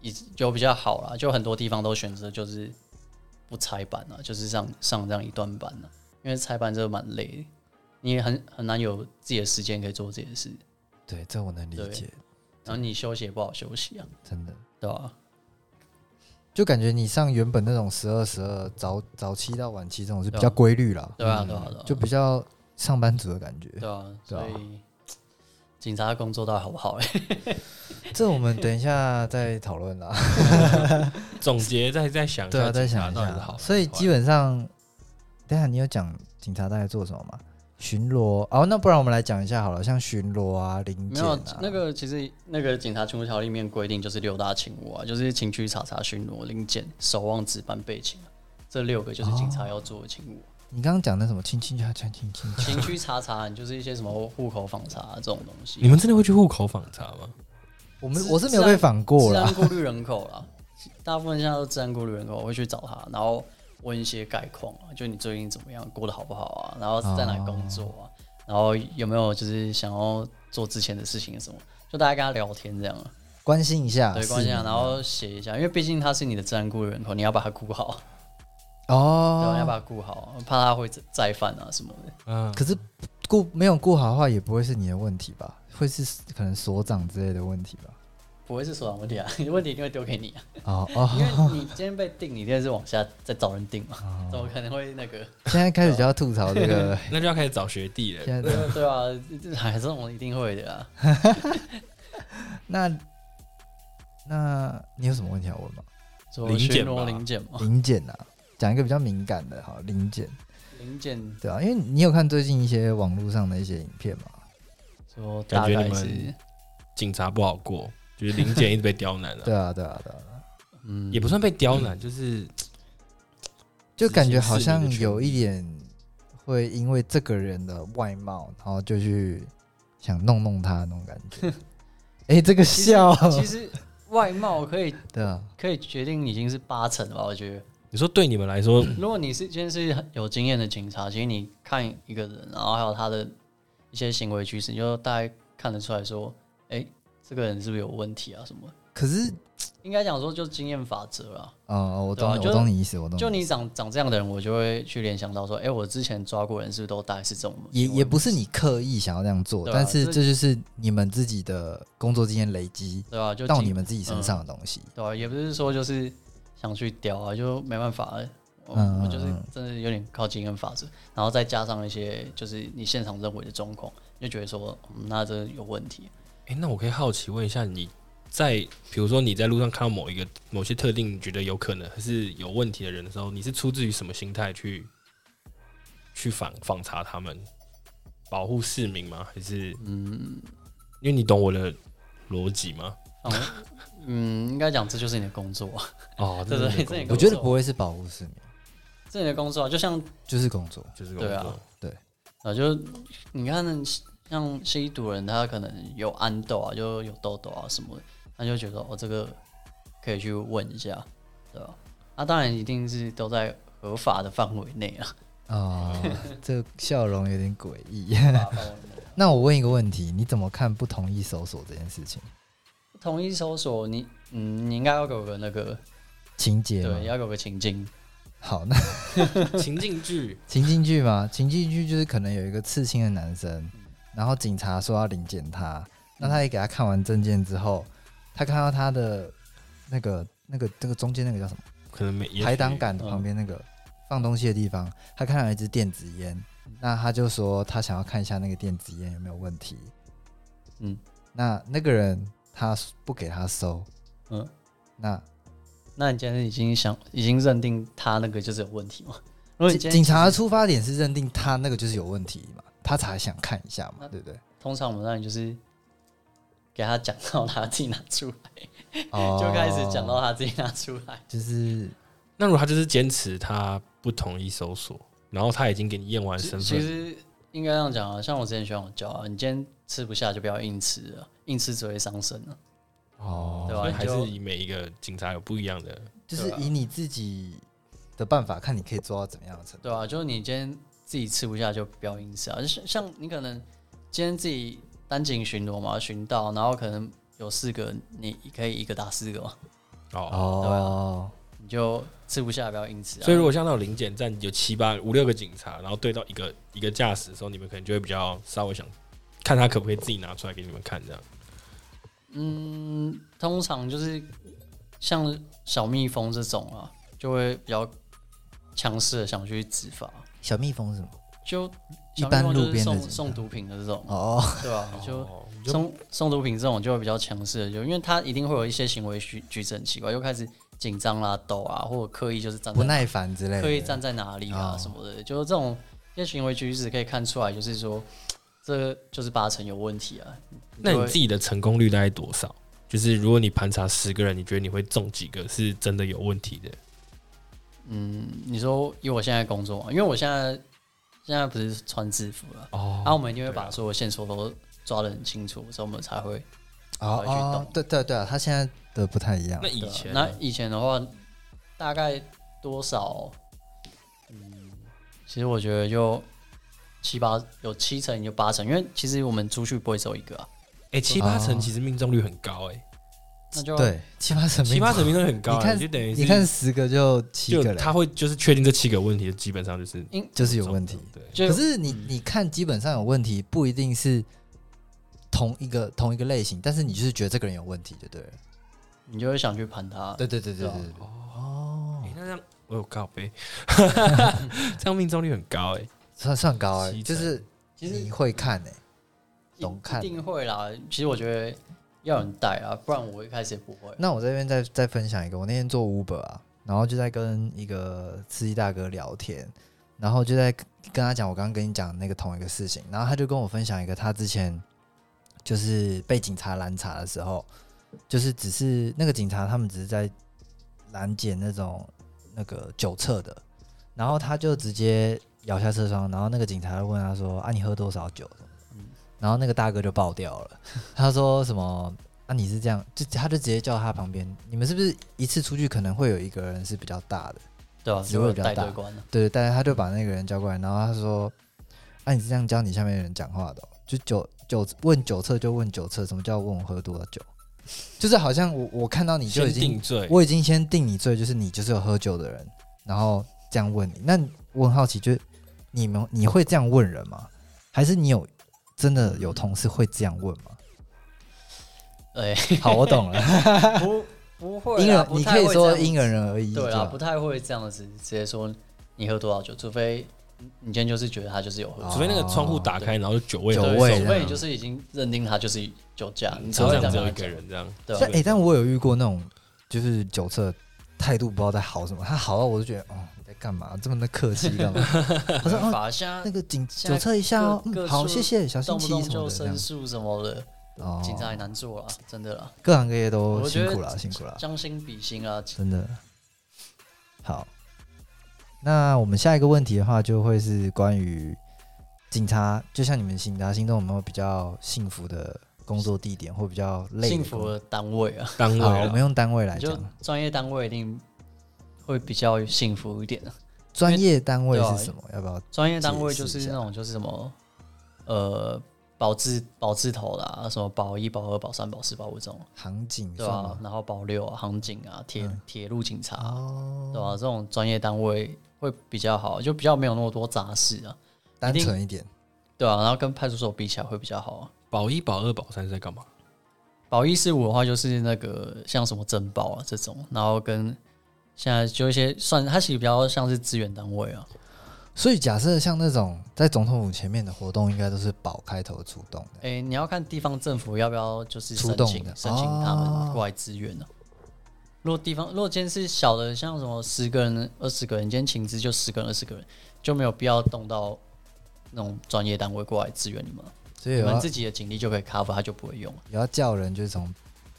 S3: 已就比较好了，就很多地方都选择就是不拆班了，就是上上这样一段班了，因为拆班真的蛮累的，你也很很难有自己的时间可以做这些事，
S1: 对，这我能理
S3: 对
S1: 解，
S3: 然后你休息也不好休息啊，
S1: 真的。
S3: 对吧、
S1: 就感觉你上原本那种十二十二早早期到晚期这种是比
S3: 对
S1: 较
S3: 啊
S1: 规律啦，
S3: 对啊，对啊，对啊，
S1: 就比较上班族的感觉。
S3: 对啊，
S1: 对
S3: 所
S1: 啊
S3: 以警察的工作到底好不好、欸？
S1: 这我们等一下再讨论 啦。
S2: 总结再再想一下
S1: 对啊， 再
S2: 警察
S1: 想一
S2: 到底是
S1: 下
S2: 好。
S1: 所以基
S2: 本
S1: 本上，等一下你有讲警察大概做什么吗？巡逻哦，那不然我们来讲一下好了，像巡逻啊、临
S3: 没
S1: 检
S3: 有
S1: 啊，
S3: 那个，其实那个警察勤务条例里面规定就是六大勤务啊，就是勤区查查、巡逻、临检、守望、值班、备勤啊，这六个就是警察要做的勤务啊。
S1: 你刚刚讲那什么亲亲家亲亲 亲，
S3: 勤区查查，你就是一些什么户口访查、这种东西。
S2: 你们真的会去户口访查吗？
S1: 我们
S3: 治
S1: 我是没有被访过
S3: 治
S1: 啦
S3: 安。过滤人口啦，大部分现在都治安过滤人口，我会去找他，然后问一些概况啊，就你最近怎么样，过得好不好啊，然后在哪工作啊，然后有没有就是想要做之前的事情什么，就大家跟他聊天这样啊，
S1: 关心一下，
S3: 对，关心啊，
S1: 市民
S3: 然后写一下，因为毕竟他是你的治安过滤人口，你要把他顾好，对吧，你要
S1: 哦，
S3: 把他顾好，怕他会再再犯啊什么的。
S2: 嗯，
S1: 可是顾没有顾好的话，也不会是你的问题吧？会是可能所长之类的问题吧？
S3: 不会是所长问题啊， 你的问题一定会丢给你啊。
S1: 哦哦，
S3: 因为你今天被定，你一定是往下再找人定嘛，
S2: 哦
S3: 怎么可能会那个？
S1: 现在开始就要吐槽这个，
S2: 那就要开始找学弟了。
S1: 现在
S3: 对对啊，这还这种一定会的啊。
S1: 那那你有什么问题要问吗？
S3: 说
S2: 临检
S3: 巡
S2: 吧
S3: 逻临检嘛，
S1: 临检啊，讲一个比较敏感的哈，临检
S3: 临检
S1: 对啊，因为你有看最近一些网络上的一些影片嘛？
S3: 说
S2: 感
S3: 大
S2: 觉
S3: 概
S2: 你们
S3: 是，
S2: 警察不好过，就是临检一直被刁难啊，
S1: 对啊，对啊，对啊，对啊
S3: 嗯，
S2: 也不算被刁难，就是
S1: 就感觉好像有一点会因为这个人的外貌，然后就去想弄弄他那种感觉。 哎、这个
S3: 其实
S1: 笑，
S3: 其实外貌可以
S1: 对啊，
S3: 可以决定已经是八成了吧，我觉得。
S2: 你说对你们来说，
S3: 如果你是今天是很有经验的警察，其实你看一个人，然后还有他的一些行为举止，你就大概看得出来说，哎、这个人是不是有问题啊什么的？
S1: 可是
S3: 应该讲说就经验法则啊。
S1: 啊、哦我
S3: 对
S1: 懂、
S3: 啊就
S1: 我懂你意思，我懂
S3: 就你长长这样的人，我就会去联想到说，哎、我之前抓过人是不是都大概是这种？
S1: 也也不是你刻意想要这样做，
S3: 对啊
S1: 但是
S3: 这
S1: 这就是你们自己的工作经验累积
S3: 对吧、就
S1: 到
S3: 经嗯
S1: 你们自己身上的东西。
S3: 对吧、也不是说就是想去屌啊，就没办法、欸。我
S1: 嗯嗯
S3: 我就是
S1: 嗯
S3: 真的有点靠经验法则，然后再加上一些就是你现场认为的状况，就觉得说，嗯、那这有问题。
S2: 哎、那我可以好奇问一下，你在比如说你在路上看到某一个某些特定你觉得有可能还是有问题的人的时候，你是出自于什么心态去去访访查他们，保护市民吗？还是
S3: 嗯哦
S2: 因为你懂我的逻辑吗？
S3: 嗯，应该讲这就是你的工作，
S2: 哦，
S3: 对
S2: 这是
S3: 对
S2: 你
S3: 这也
S2: 的
S1: 我
S2: 工作
S1: 觉得不会是保护市民，
S3: 这是你的工作啊，就像
S1: 就是工作。
S2: 就是工
S3: 对啊
S2: 作
S1: 对
S3: 啊，就你看像吸毒人，他可能有安痘啊，就有痘痘啊什么的，他就觉得哦，这个可以去问一下，对吧？那、当然一定是都在合法的范围内 啊。
S1: 哦，这笑容有点诡异。
S3: 合法范围内
S1: 那我问一个问题，你怎么看不同意搜索这件事情？
S3: 统一搜索，你嗯，你应该要给我个那个，
S1: 情节吗
S3: 对，？要给我个情境，
S1: 好，那
S2: 情境剧，
S1: 情境剧嘛，情境剧就是可能有一个刺青的男生，然后警察说要临检他，那他也给他看完证件之后，他看到他的那个那个这个中间那个叫什么
S2: 可能没也许
S1: 排挡杆旁边那
S3: 嗯
S1: 个放东西的地方，他看到一支电子烟，那他就说他想要看一下那个电子烟有没有问题。
S3: 嗯，
S1: 那那个人他不给他收，
S3: 嗯，
S1: 那
S3: 那你今天已经想已经认定他那个就是有问题吗？如果你
S1: 警
S3: 今
S1: 警
S3: 天
S1: 察的出发点是认定他那个就是有问题嘛，他才想看一下嘛，对不对？
S3: 通常我们让你就是给他讲到他自己拿出来，
S1: 哦
S3: 就开始讲到他自己拿出来。
S1: 就是
S2: 那如果他就是坚持他不同意搜索，然后他已经给你验完身
S3: 其
S2: 份，
S3: 实应该这样讲啊，像我之前学长有教啊，你今天吃不下就不要硬吃了，硬吃只会伤身啊。
S1: 哦
S3: 对吧啊
S2: 所以还
S3: 就是
S2: 以每一个警察有不一样的。
S1: 就是以你自己的办法看你可以做到怎么样的程度。
S3: 对啊，就是你今天自己吃不下就不要硬吃啊。就像像你可能今天自己单警巡逻嘛，巡到，然后可能有四个，你可以一个打四个嘛，
S2: 哦，
S1: 哦，
S3: 你就吃不下不要硬吃啊。
S2: 所以如果像那种临检站有七八五六个警察，然后对到一个一个驾驶的时候，你们可能就会比较稍微想看他可不可以自己拿出来给你们看这样。
S3: 嗯，通常就是像小蜜蜂这种啊，就会比较强势的想去执法，
S1: 小蜜蜂是什么？
S3: 就
S1: 一般
S3: 小蜜蜂就是
S1: 路边的警
S3: 送
S1: 察
S3: 送毒品的这种，
S1: 哦，
S3: 对吧、就
S2: 哦你就
S3: 送送毒品这种就会比较强势的，就因为他一定会有一些行为举举止很奇怪，又开始紧张啦、抖啊，或者刻意就是站
S1: 哦不
S3: 在
S1: 耐烦之类的。
S3: 刻意站在哪里啊
S1: 哦
S3: 什么的，就是这种一些行为举止可以看出来，就是说这就是八成有问题啊。
S2: 那
S3: 就
S2: 你
S3: 会
S2: 自己的成功率大概多少？就是如果你盘查十个人，你觉得你会中几个是真的有问题的？
S3: 嗯你说以我现在工作嘛，因为我现在现在不是穿制服了，
S2: 哦
S3: 然后我们一定会
S2: 对啊
S3: 把所有线索都抓得很清楚，所以我们才会。
S1: 哦
S3: 跑去
S1: 哦
S3: 动，
S1: 对对对啊，他现在的不太一样
S2: 那。以
S3: 对啊
S2: 前呢
S3: 那以前的话，大概多少？嗯，其实我觉得就七八有七成，有八成，因为其实我们出去不会走一个啊，
S2: 哎、七八成
S1: 哦
S2: 其实命中率很高哎、
S3: 那就
S1: 对，七八成，
S2: 七八成命中率很高、
S1: 你
S2: 欸，
S1: 看
S2: 就等于是
S1: 你看十个就七
S2: 就
S1: 个
S2: 他
S1: 了，
S2: 会就是确定这七个问题，基本上就是
S1: 就是有问题。
S2: 对，
S3: 就嗯
S1: 可是你你看，基本上有问题不一定是同一个同一个类型，但是你就是觉得这个人有问题就对了。
S3: 你就会想去盘他。
S1: 对对对对
S3: 对啊
S1: 对，对
S2: 哎、那这样我有靠背， 这样命中率很高哎、
S1: 算算高哎，
S2: 七成
S1: 就是
S3: 其实
S1: 你会看哎，
S3: 一
S1: 懂看
S3: 一定会啦。其实我觉得要有人带啊，不然我一开始也不会。
S1: 那我这边再再分享一个，我那天做 Uber 啊，然后就在跟一个司机大哥聊天，然后就在跟他讲我刚刚跟你讲的那个同一个事情，然后他就跟我分享一个他之前就是被警察拦查的时候，就是只是那个警察他们只是在拦截那种那个酒测的，然后他就直接摇下车窗，然后那个警察就问他说：“啊，你喝多少酒？”然后那个大哥就爆掉了， 他说什么啊，你是这样，就他就直接叫他旁边，你们是不是一次出去可能会有一个人是比较大的？
S3: 对吧、啊？
S1: 只
S3: 只
S1: 会
S3: 有
S1: 比较
S3: 带
S1: 大
S3: 队官啊
S1: 对，但是他就把那个人叫过来，然后他说：“啊，你是这样教你下面的人讲话的哦、就酒酒问酒测就问酒测，什么叫问我喝多少酒？ 就是好像我我看到你就已
S2: 先
S1: 经
S2: 定罪，
S1: 我已经先定你罪，就是你就是有喝酒的人，然后这样问你。那我很好奇，就是你们你会这样问人吗？还是你有真的有同事会这样问吗？
S3: 哎、
S1: 好，我懂了，
S3: 不不会啦，
S1: 因人
S3: 不
S1: 你
S3: 太
S1: 可以
S3: 会这
S1: 说
S3: 样子
S1: 因人而异，
S3: 哎对
S1: 就
S3: 啊，
S1: 好
S3: 不太会这样子直接说你喝多少酒，除非你你今天就是觉得他就是有喝
S1: 哦
S2: 除非那个窗户打开，然后酒味
S1: 酒
S3: 对
S1: 味
S3: 除
S1: 这
S3: 非
S1: 样
S3: 你就是已经认定他就是酒驾，你才
S2: 车
S3: 会
S2: 上
S3: 这样
S2: 只有
S3: 跟他
S2: 一个
S3: 讲，
S2: 人这样，
S3: 对
S1: 但
S3: 啊
S1: 哎、欸但我有遇过那种，就是酒测态度不知道在好什么，他好到我就觉得，哦，你在干嘛？这么的客气 干嘛？我说，哦，
S3: 法下
S1: 那个警
S3: 现
S1: 酒
S3: 在
S1: 测一下哦，
S3: 各
S1: 嗯
S3: 各
S1: 好，
S3: 处
S1: 谢谢，小心
S3: 啊动不
S1: 期
S3: 动
S1: 什么
S3: 就
S1: 的，这样
S3: 申诉什么的，
S1: 哦，
S3: 警察也难做啊，真的啦，
S1: 各行各业都
S3: 我觉
S1: 辛
S3: 得
S1: 苦了，辛苦了，
S3: 将心比心啊，
S1: 真的。好，那我们下一个问题的话，就会是关于警察就像你们警察心中有没有比较幸福的工作地点或比较累的
S3: 幸福
S1: 工作
S3: 的单位啊，
S2: 单位
S1: 好，我
S2: 啦
S1: 们用单位来
S3: 就
S1: 讲，
S3: 专业单位一定会比较幸福一点啊。
S1: 专业单位
S3: 对啊
S1: 是什么？要不要？
S3: 专业单位就
S1: 解
S3: 是
S1: 释一下
S3: 那种就是什么，呃，保字保字头啦，什么保一、保二、保三、保四、保五这种，
S1: 航警
S3: 对
S1: 算
S3: 吧、
S1: 吗？嗯
S3: 然后保六啊，航警啊，铁铁、路警察啊、
S1: 哦，
S3: 对吧、这种专业单位会比较好，就比较没有那么多杂事啊，
S1: 单纯一点，
S3: 对啊吧、然后跟派出所比起来会比较好啊。
S2: 保一、保二、保三是在干嘛？
S3: 保一四五的话，就是那个像什么政保啊这种，然后跟现在就一些算，它其实比较像是资源单位啊，
S1: 所以假设像那种在总统府前面的活动，应该都是保开头出动的。
S3: 诶，你要看地方政府要不要就是
S1: 出
S3: 申
S1: 动
S3: 请
S1: 的
S3: 申请他们过来支援呢、啊如果地方如果今天是小的，像什么十个人、二十个人，今天请资就十个人、二十个人，就没有必要动到那种专业单位过来支援你们，
S1: 所以
S3: 你
S1: 有
S3: 们
S1: 要
S3: 自己的警力就可以 cover，他就不会用，啊
S1: 有要叫人，就是从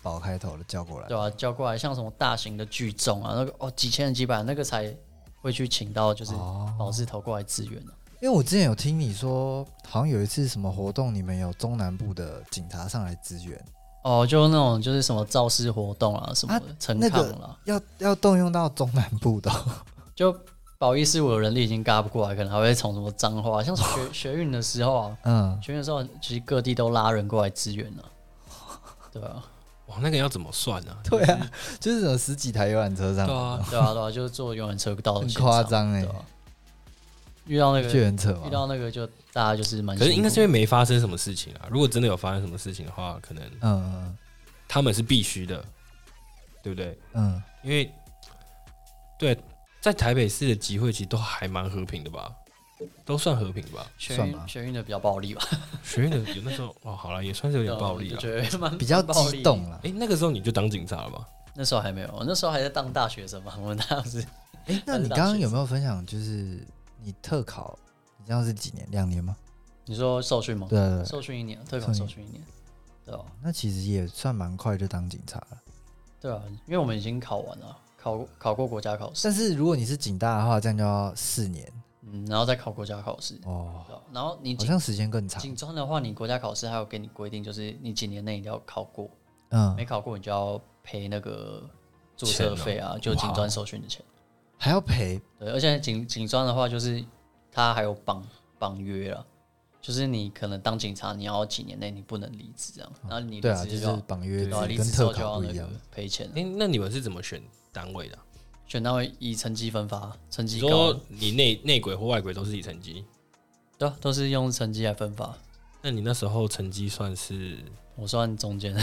S1: 保开头的叫过来。
S3: 对啊吧、叫过来像什么大型的聚众啊，那个哦几千人、几百人那个才会去请到就是
S1: 哦
S3: 保字头过来支援啊
S1: 因为我之前有听你说，好像有一次什么活动，你们有中南部的警察上来支援，
S3: 哦，就那种就是什么造势活动啊，什么的陈
S1: 那
S3: 抗啊
S1: 个
S3: 啦。
S1: 要要动用到中南部 的哦、
S3: 就保一是我的人力已经嘎不过来，可能还会从什么脏话，像学学运的时候啊，
S1: 嗯，
S3: 学运的时候其实各地都拉人过来支援 了、对啊，
S2: 哇，那个要怎么算呢、啊？
S1: 对啊，就是有十几台游览车上
S2: 对，啊，
S3: 对啊，对啊，就是坐游览车到
S1: 很
S3: 现场
S1: 夸张哎
S3: 对，啊，遇到那个
S1: 就很扯
S3: 遇
S1: 嘛。
S3: 到那个就大家就是蛮
S2: 可
S3: 辛苦的，
S2: 是应该是因为没发生什么事情啊。如果真的有发生什么事情的话，可能
S1: 嗯
S2: 他们是必须的，对不对？
S1: 嗯，
S2: 因为对，在台北市的集会其实都还蛮和平的吧，都算和平吧。
S3: 学
S1: 算吧
S3: 运学运的比较暴力吧，
S2: 学院的有那时候哦，好了，也算是有点暴力
S3: 对
S2: 了
S3: 啊我。觉得蛮
S1: 比较
S3: 蛮暴
S1: 激
S3: 力。
S1: 动了。
S2: 哎、那个时候你就当警察了吧？
S3: 那时候还没有，我那时候还在当大学生嘛，我们当时
S1: 哎、那你刚刚有没有分享，就是你特考，你这样是几年？两年吗？
S3: 你说受训吗？
S1: 对对对。
S3: 受训一年，特考
S1: 受训
S3: 受训一年，对啊，
S1: 那其实也算蛮快就当警察了。
S3: 对啊，因为我们已经考完了，考考过国家考试，
S1: 但是如果你是警大的话，这样就要四年
S3: 嗯，然后再考国家考试，
S1: 哦，
S3: 对啊然后你
S1: 好
S3: 警
S1: 像时间更长。
S3: 警专的话，你国家考试还有给你规定，就是你几年内一定要考过，
S1: 嗯哦
S3: 没，考过你就要赔那个注册费啊，就警专受训的钱。
S1: 还要赔
S3: 对，而且警警专的话，就是它还有绑绑约了，就是你可能当警察，你要几年内你不能离职这样，然后你
S1: 对
S3: 离
S1: 啊，
S3: 职
S1: 就
S3: 要
S1: 是绑约制
S3: 对啊，离
S1: 跟
S3: 职之
S1: 特
S3: 后就
S1: 考
S3: 要
S1: 不
S3: 那
S1: 一样
S3: 个。赔钱啊
S2: 哎、，那你们是怎么选单位的啊、
S3: 选到以成绩分发啊，成
S2: 你
S3: 绩高
S2: 说你内内鬼或外鬼都是以成绩，
S3: 对啊，都是用成绩来分发。
S2: 那你那时候成绩算是
S3: 我算中间，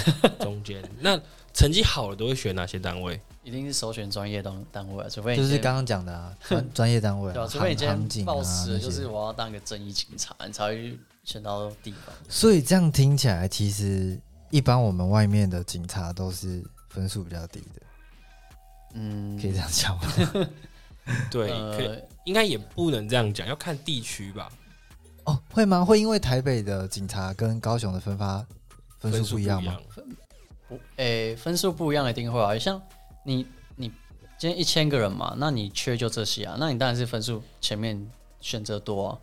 S2: 中间。 那成绩好的都会选哪些单位？
S3: 一定是首选专业单单位啊，除非你
S1: 就是
S3: 今天
S1: 刚刚讲的啊，专专业单位啊，
S3: 对啊，除非
S1: 行
S3: 你
S1: 行
S3: 今
S1: 警
S3: 天
S1: 啊
S3: 暴死
S1: 那
S3: 了，就是
S1: 些。
S3: 我要当个正义警察，你才会选到地方。
S1: 所以这样听起来，其实一般我们外面的警察都是分数比较低的，
S3: 嗯，
S1: 可以这样讲吗？
S2: 对，可以
S3: 呃，
S2: 应该也不能这样讲，要看地区吧。
S1: 哦，会吗？会因为台北的警察跟高雄的分发分数
S2: 数
S1: 不一样吗？？
S3: 不，诶、分数不一样一定会啊。像你，你今天一千个人嘛，那你缺就这些啊，那你当然是分数前面选择多啊。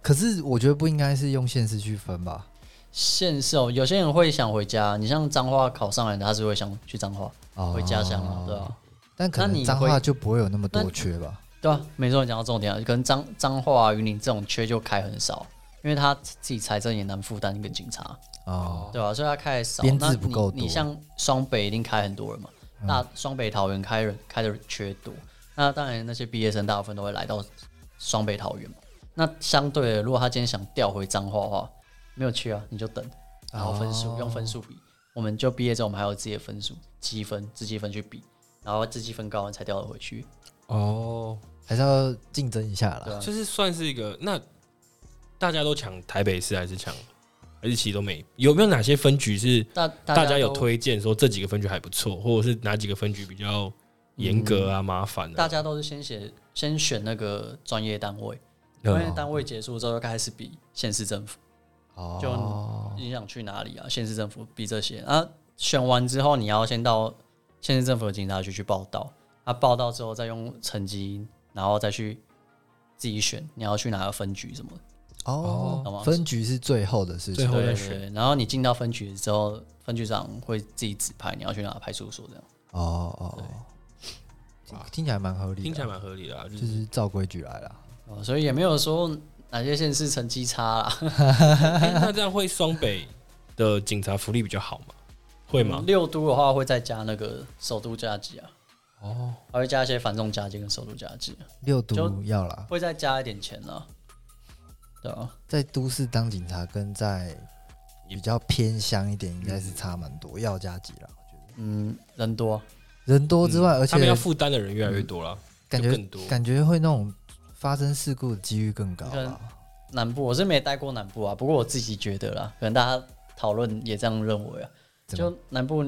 S1: 可是我觉得不应该是用县市去分吧？
S3: 现实哦，有些人会想回家，你像彰化考上来的，他是会想去彰化
S1: 哦，
S3: 回家乡啊，对啊。
S1: 但可
S3: 那
S1: 能
S3: 你
S1: 脏
S3: 会
S1: 话就不会有那么
S3: 那
S1: 多缺吧？
S3: 对啊，没错，你讲到重点啊，跟彰彰化、啊、云林这种缺就开很少，因为他自己财政也难负担一个警察，
S1: 哦，
S3: 对吧、所以他开的少。
S1: 编制
S3: 那你
S1: 不够多嗯
S3: 你像双北一定开很多人嘛，那双北桃园开人开的缺多，那当然那些毕业生大部分都会来到双北桃园嘛。那相对的，如果他今天想调回彰化的话，没有去啊，你就等，然后分数、
S1: 哦
S3: 用分数比，我们就毕业之后我们还有自己的分数积分自积分去比，然后自积分高了才调得回去。
S2: 哦，
S1: 还是要竞争一下
S3: 对
S1: 啦。
S3: 啊
S2: 就是算是一个那大家都抢台北市还是抢，还是其实都没有没有哪些分局是
S3: 大
S2: 大
S3: 家
S2: 家有
S3: 都
S2: 推荐说这几个分局还不错，或者是哪几个分局比较严格啊、麻烦啊？
S3: 大家都是先写先选那个专业单位，
S2: 嗯
S3: 专业单位结束之后就开始比县市政府，
S1: 哦，
S3: 就你想去哪里啊？县市政府比这些啊。选完之后，你要先到县市政府的警察局去报到，啊，报到之后再用成绩，然后再去自己选你要去哪个分局什么的。
S1: 哦
S3: 哦，
S1: 分局是最后的事
S2: 最
S1: 情
S2: 后，
S3: 对
S2: 再
S3: 对
S2: 选
S3: 对，然后你进到分局之后，分局长会自己指派你要去哪派出所这样。
S1: 哦哦哦，听起来蛮合理的，
S2: 听起来蛮合理的啊，就
S1: 就是是照规矩来了。
S3: 哦，所以也没有说哪些县市成绩差啦，
S2: 诶哎那这样会双北的警察福利比较好吗？会
S1: 嗯
S2: 吗？
S3: 六都的话会再加那个首都加级啊，
S2: 哦，
S3: 还会加一些繁重加级跟首都加级，
S1: 六
S3: 就
S1: 都要啦，
S3: 会再加一点钱啦。对啊，
S1: 在都市当警察跟在比较偏乡一点，应该
S2: 嗯
S1: 是差蛮多，要加急了。
S3: 嗯，人多啊、
S1: 人多之外，而
S2: 嗯他们要
S1: 且
S2: 负担的人越来越多了，
S1: 感
S2: 就
S1: 觉
S2: 更多
S1: 感觉会那种发生事故的几率更高啊
S3: 你看
S1: 啦。
S3: 南部我是没待过南部啊，不过我自己觉得啦，可能大家讨论也这样认为啊。
S1: 怎么
S3: 就南部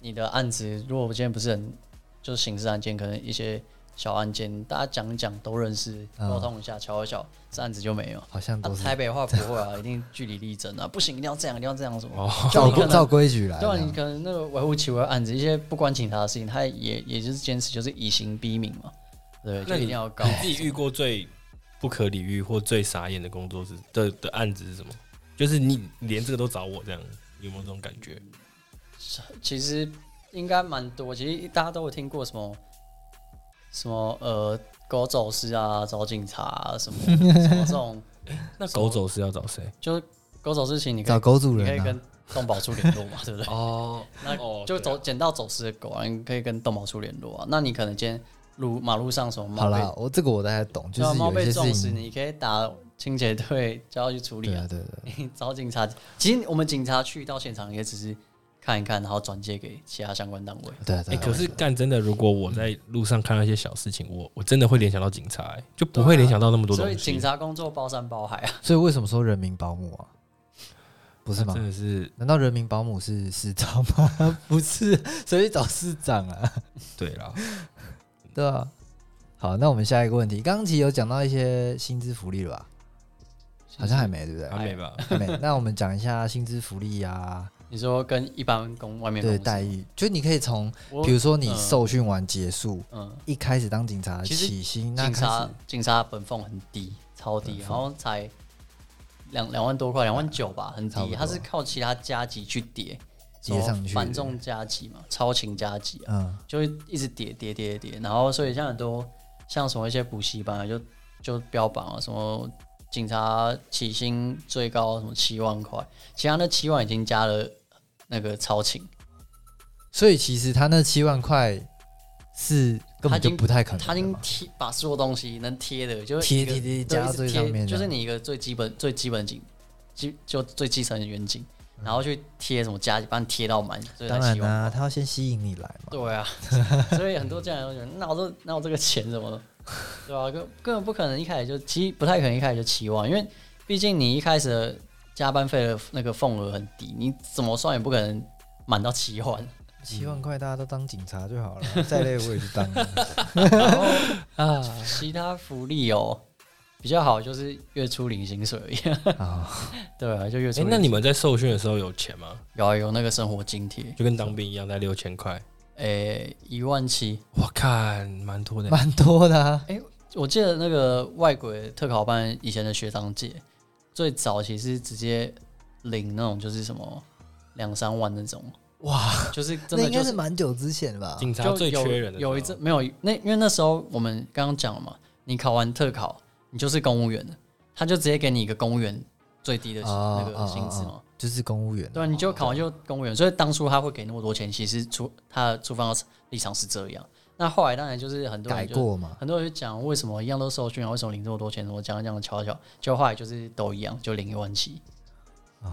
S3: 你的案子，如果我今天不是很就是刑事案件，可能一些小案件，大家讲一讲都认识，
S1: 嗯
S3: 沟通一下，瞧一瞧，这案子就没有。
S1: 好像
S3: 啊
S1: 都，是
S3: 台北话不会啊，一定据理力争啊，不行，一定要这样，一定要这样什么。
S2: 哦，
S3: 就
S1: 照
S3: 你可能
S1: 照规矩来
S3: 对啊，你
S1: 啦。
S3: 可能那个维护其违案子，一些不关警察的事情，他也也就是坚持就是以刑逼民嘛，嗯对，就
S2: 那
S3: 一
S2: 你
S3: 定要告
S2: 你。自己遇过最不可理喻或最傻眼的工作是的的案子是什么？就是你连这个都找我这样，有没有这种感觉？
S3: 其实应该蛮多，其实大家都有听过什么什么呃狗走失啊，找警察、啊、 什么什么这种，
S2: 那狗走是要找谁？
S3: 就是狗走事情，你可以
S1: 找狗主
S3: 你可
S1: 人
S3: 以
S1: 啊
S3: 跟，动保处联络 嘛，对不对？
S2: 哦，
S3: 那
S2: 哦对
S3: 就
S2: 啊
S3: 走捡到走失的狗啊，你可以跟动保处联络啊。那你可能今天路马路上什么
S1: 好
S3: 猫被
S1: 啦，我这个我大概懂，
S3: 对
S1: 就
S3: 啊
S1: 是
S3: 猫
S1: 有
S3: 被
S1: 一些
S3: 撞
S1: 事
S3: 死，
S1: 情，
S3: 你可以打清洁队叫他去处理
S1: 对
S3: 啊
S1: 啊，对对，
S3: 你找警察。其实我们警察去到现场也只是看一看，然后转接给其他相关单位。
S1: 对啊对
S2: 哎、
S1: 啊。
S2: 可是干真的，如果我在路上看到一些小事情，我我真的会联想到警察、欸，就不会联想到那么多
S3: 所以
S2: 东
S3: 警
S2: 西。
S3: 察工作包山包海啊，
S1: 所以为什么说人民保姆啊？不是吗
S2: 真？的是
S1: 难道人民保姆是市长吗？ 不是，谁去找市长啊？
S2: 对啦，
S1: 对啊。好，那我们下一个问题，刚刚其实有讲到一些薪资福利了吧？好像还没，对
S3: 哎
S1: 不对？
S2: 还没吧？
S1: 还 没。那我们讲一下薪资福利啊，
S3: 你说跟一般公外面
S1: 对
S3: 公司
S1: 待遇，就你可以从，
S3: 我
S1: 比如说你受训完结束，
S3: 嗯，
S1: 一开始当警察
S3: 其实
S1: 起薪，那
S3: 警
S1: 开始
S3: 察警察本俸很低，超低，
S1: 本俸
S3: 然后才两两万多块，两万九吧，很
S1: 啊差不
S3: 低。
S1: 多
S3: 他是靠其他加级去叠，
S1: 叠上去
S3: 什么繁重加级嘛，超勤加级啊，
S1: 嗯，
S3: 就会一直叠叠叠叠，然后所以像很多像什么一些补习班啊，就就标榜啊什么。警察起薪最高什么七万块，其他那七万已经加了那个超勤，
S1: 所以其实他那七万块是根
S3: 他
S1: 本
S3: 已
S1: 就
S3: 经
S1: 不太可能的嘛，
S3: 他已经贴把所有东西能贴的，就是
S1: 贴
S3: 一个
S1: 贴贴
S3: 对
S1: 加
S3: 一
S1: 到
S3: 直
S1: 最
S3: 贴
S1: 上面这
S3: 就是
S1: 样
S3: 你一个最基本最基本景，基就最基层的远景，然后去贴什么加，把你贴到满，所以才
S1: 当然
S3: 希望。
S1: 啦、他要先吸引你来嘛。
S3: 对啊，所以很多家长都觉得，那我这那我这个钱怎么了？对啊，根根本不可能一开始就，其实不太可能一开始就期望，因为毕竟你一开始的加班费的那个份额很低，你怎么算也不可能满到 七万。
S1: 七万块大家都当警察就好 了，再累我也去当了。
S3: 然后啊，其他福利哦比较好，就是月初领薪水而已。
S1: 啊，
S3: 对啊，就月初
S2: 哎、
S3: 领薪水、
S2: 哦那你们在受训的时候有钱吗？
S3: 有啊有那个生活津贴，
S2: 就跟当兵一样，才六千块。
S3: 诶、一万七。
S2: 我看蛮多的，
S1: 蛮多的、啊。
S3: 我记得那个外国特考班以前的学长姐，最早其实直接领那种就是什么两三万那种，
S1: 哇，
S3: 就是真
S1: 那
S3: 的
S1: 应该
S3: 就是是
S1: 蛮久之前吧？
S2: 警察
S3: 就
S2: 最
S3: 有
S2: 缺人的时候
S3: 有一阵没有那，因为那时候我们刚刚讲了嘛，你考完特考，你就是公务员了，他就直接给你一个公务员最低的
S1: 哦
S3: 那个薪资嘛。
S1: 哦哦就是公务员啊，
S3: 对啊，你就考完就公务员，所以当初他会给那么多钱，其实出他的出方立场是这样。那后来当然就是很多
S1: 改
S3: 人就
S1: 过嘛？
S3: 很多人就讲为什么一样都受训啊，为什么领这么多钱？什么讲讲瞧瞧，就后来就是都一样，就领一万七。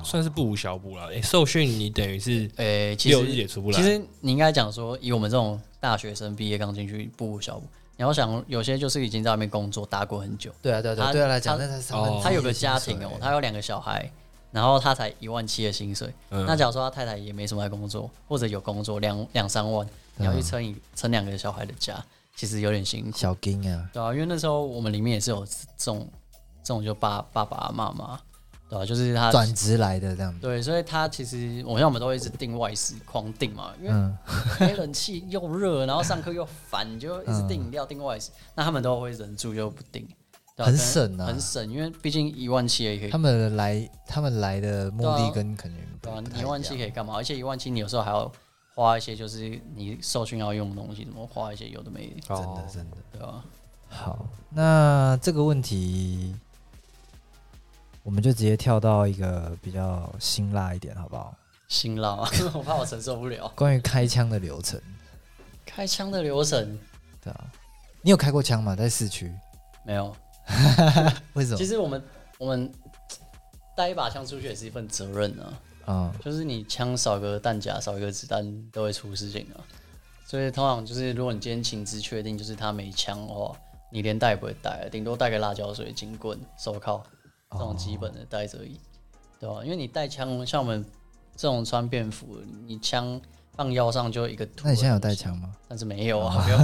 S2: 算是不无小补了。哎、受训你等于是
S3: 诶、呃其
S2: 六日也
S3: 实
S2: 出不来，
S3: 其实你应该讲说，以我们这种大学生毕业刚进去不无小补。你要想，有些就是已经在外面工作打滚很久，
S1: 对啊，对啊，对啊，
S3: 他
S1: 对他来讲，
S3: 他
S1: 那才三分之一
S2: 哦
S1: 的
S3: 他有个家庭
S1: 薪
S3: 哦
S1: 水，哎
S3: 他有两个小孩，然后他才一万七的薪水。
S2: 嗯
S3: 那假如说他太太也没什么在工作，或者有工作两两三万，
S2: 嗯
S3: 你要去撑一撑两个小孩的家，其实有点辛苦。
S1: 小金啊，
S3: 对啊，因为那时候我们里面也是有这种这种就爸爸爸妈妈，对啊，就是他
S1: 转职来的这样子。
S3: 对，所以他其实我像我们都会一直订外食，狂订嘛，因为
S1: 嗯，
S3: 没冷气又热，然后上课又烦，你就一直订饮料订外食，那他们都会忍住就不订。对啊
S1: 嗯很
S3: 可能
S1: 省啊
S3: 很省，因为毕竟一万七也可以
S1: 他，们来他们来的目
S3: 对
S1: 的
S3: 啊
S1: 跟可能不
S3: 对啊
S1: 不，太
S3: 一万七
S1: 样
S3: 可以干嘛？而且一万七你有时候还要花一些，就是你受训要用的东西，怎么花一些有的没的，
S1: 真的真的
S3: 对啊吧？
S1: 好。那这个问题，我们就直接跳到一个比较辛辣一点，好不好？
S3: 辛辣 啊，我怕我承受不了。
S1: 关于开枪的流程，
S3: 开枪的流程
S1: 对啊，你有开过枪吗？在市区？
S3: 没有，
S1: 为什
S3: 其
S1: 么？
S3: 实我们我们带一把枪出去也是一份责任啊，
S1: 嗯，
S3: 就是你枪少个弹夹、少一个子弹都会出事情啊。所以通常就是，如果你今天情资确定就是他没枪的话，你连带也不会带，顶多带个辣椒水、警棍、手铐这种基本的带着而已，对吧、因为你带枪，像我们这种穿便服，你枪放腰上就一个凸。
S1: 那你现在有带？枪吗？哦
S3: 但是没有啊，不要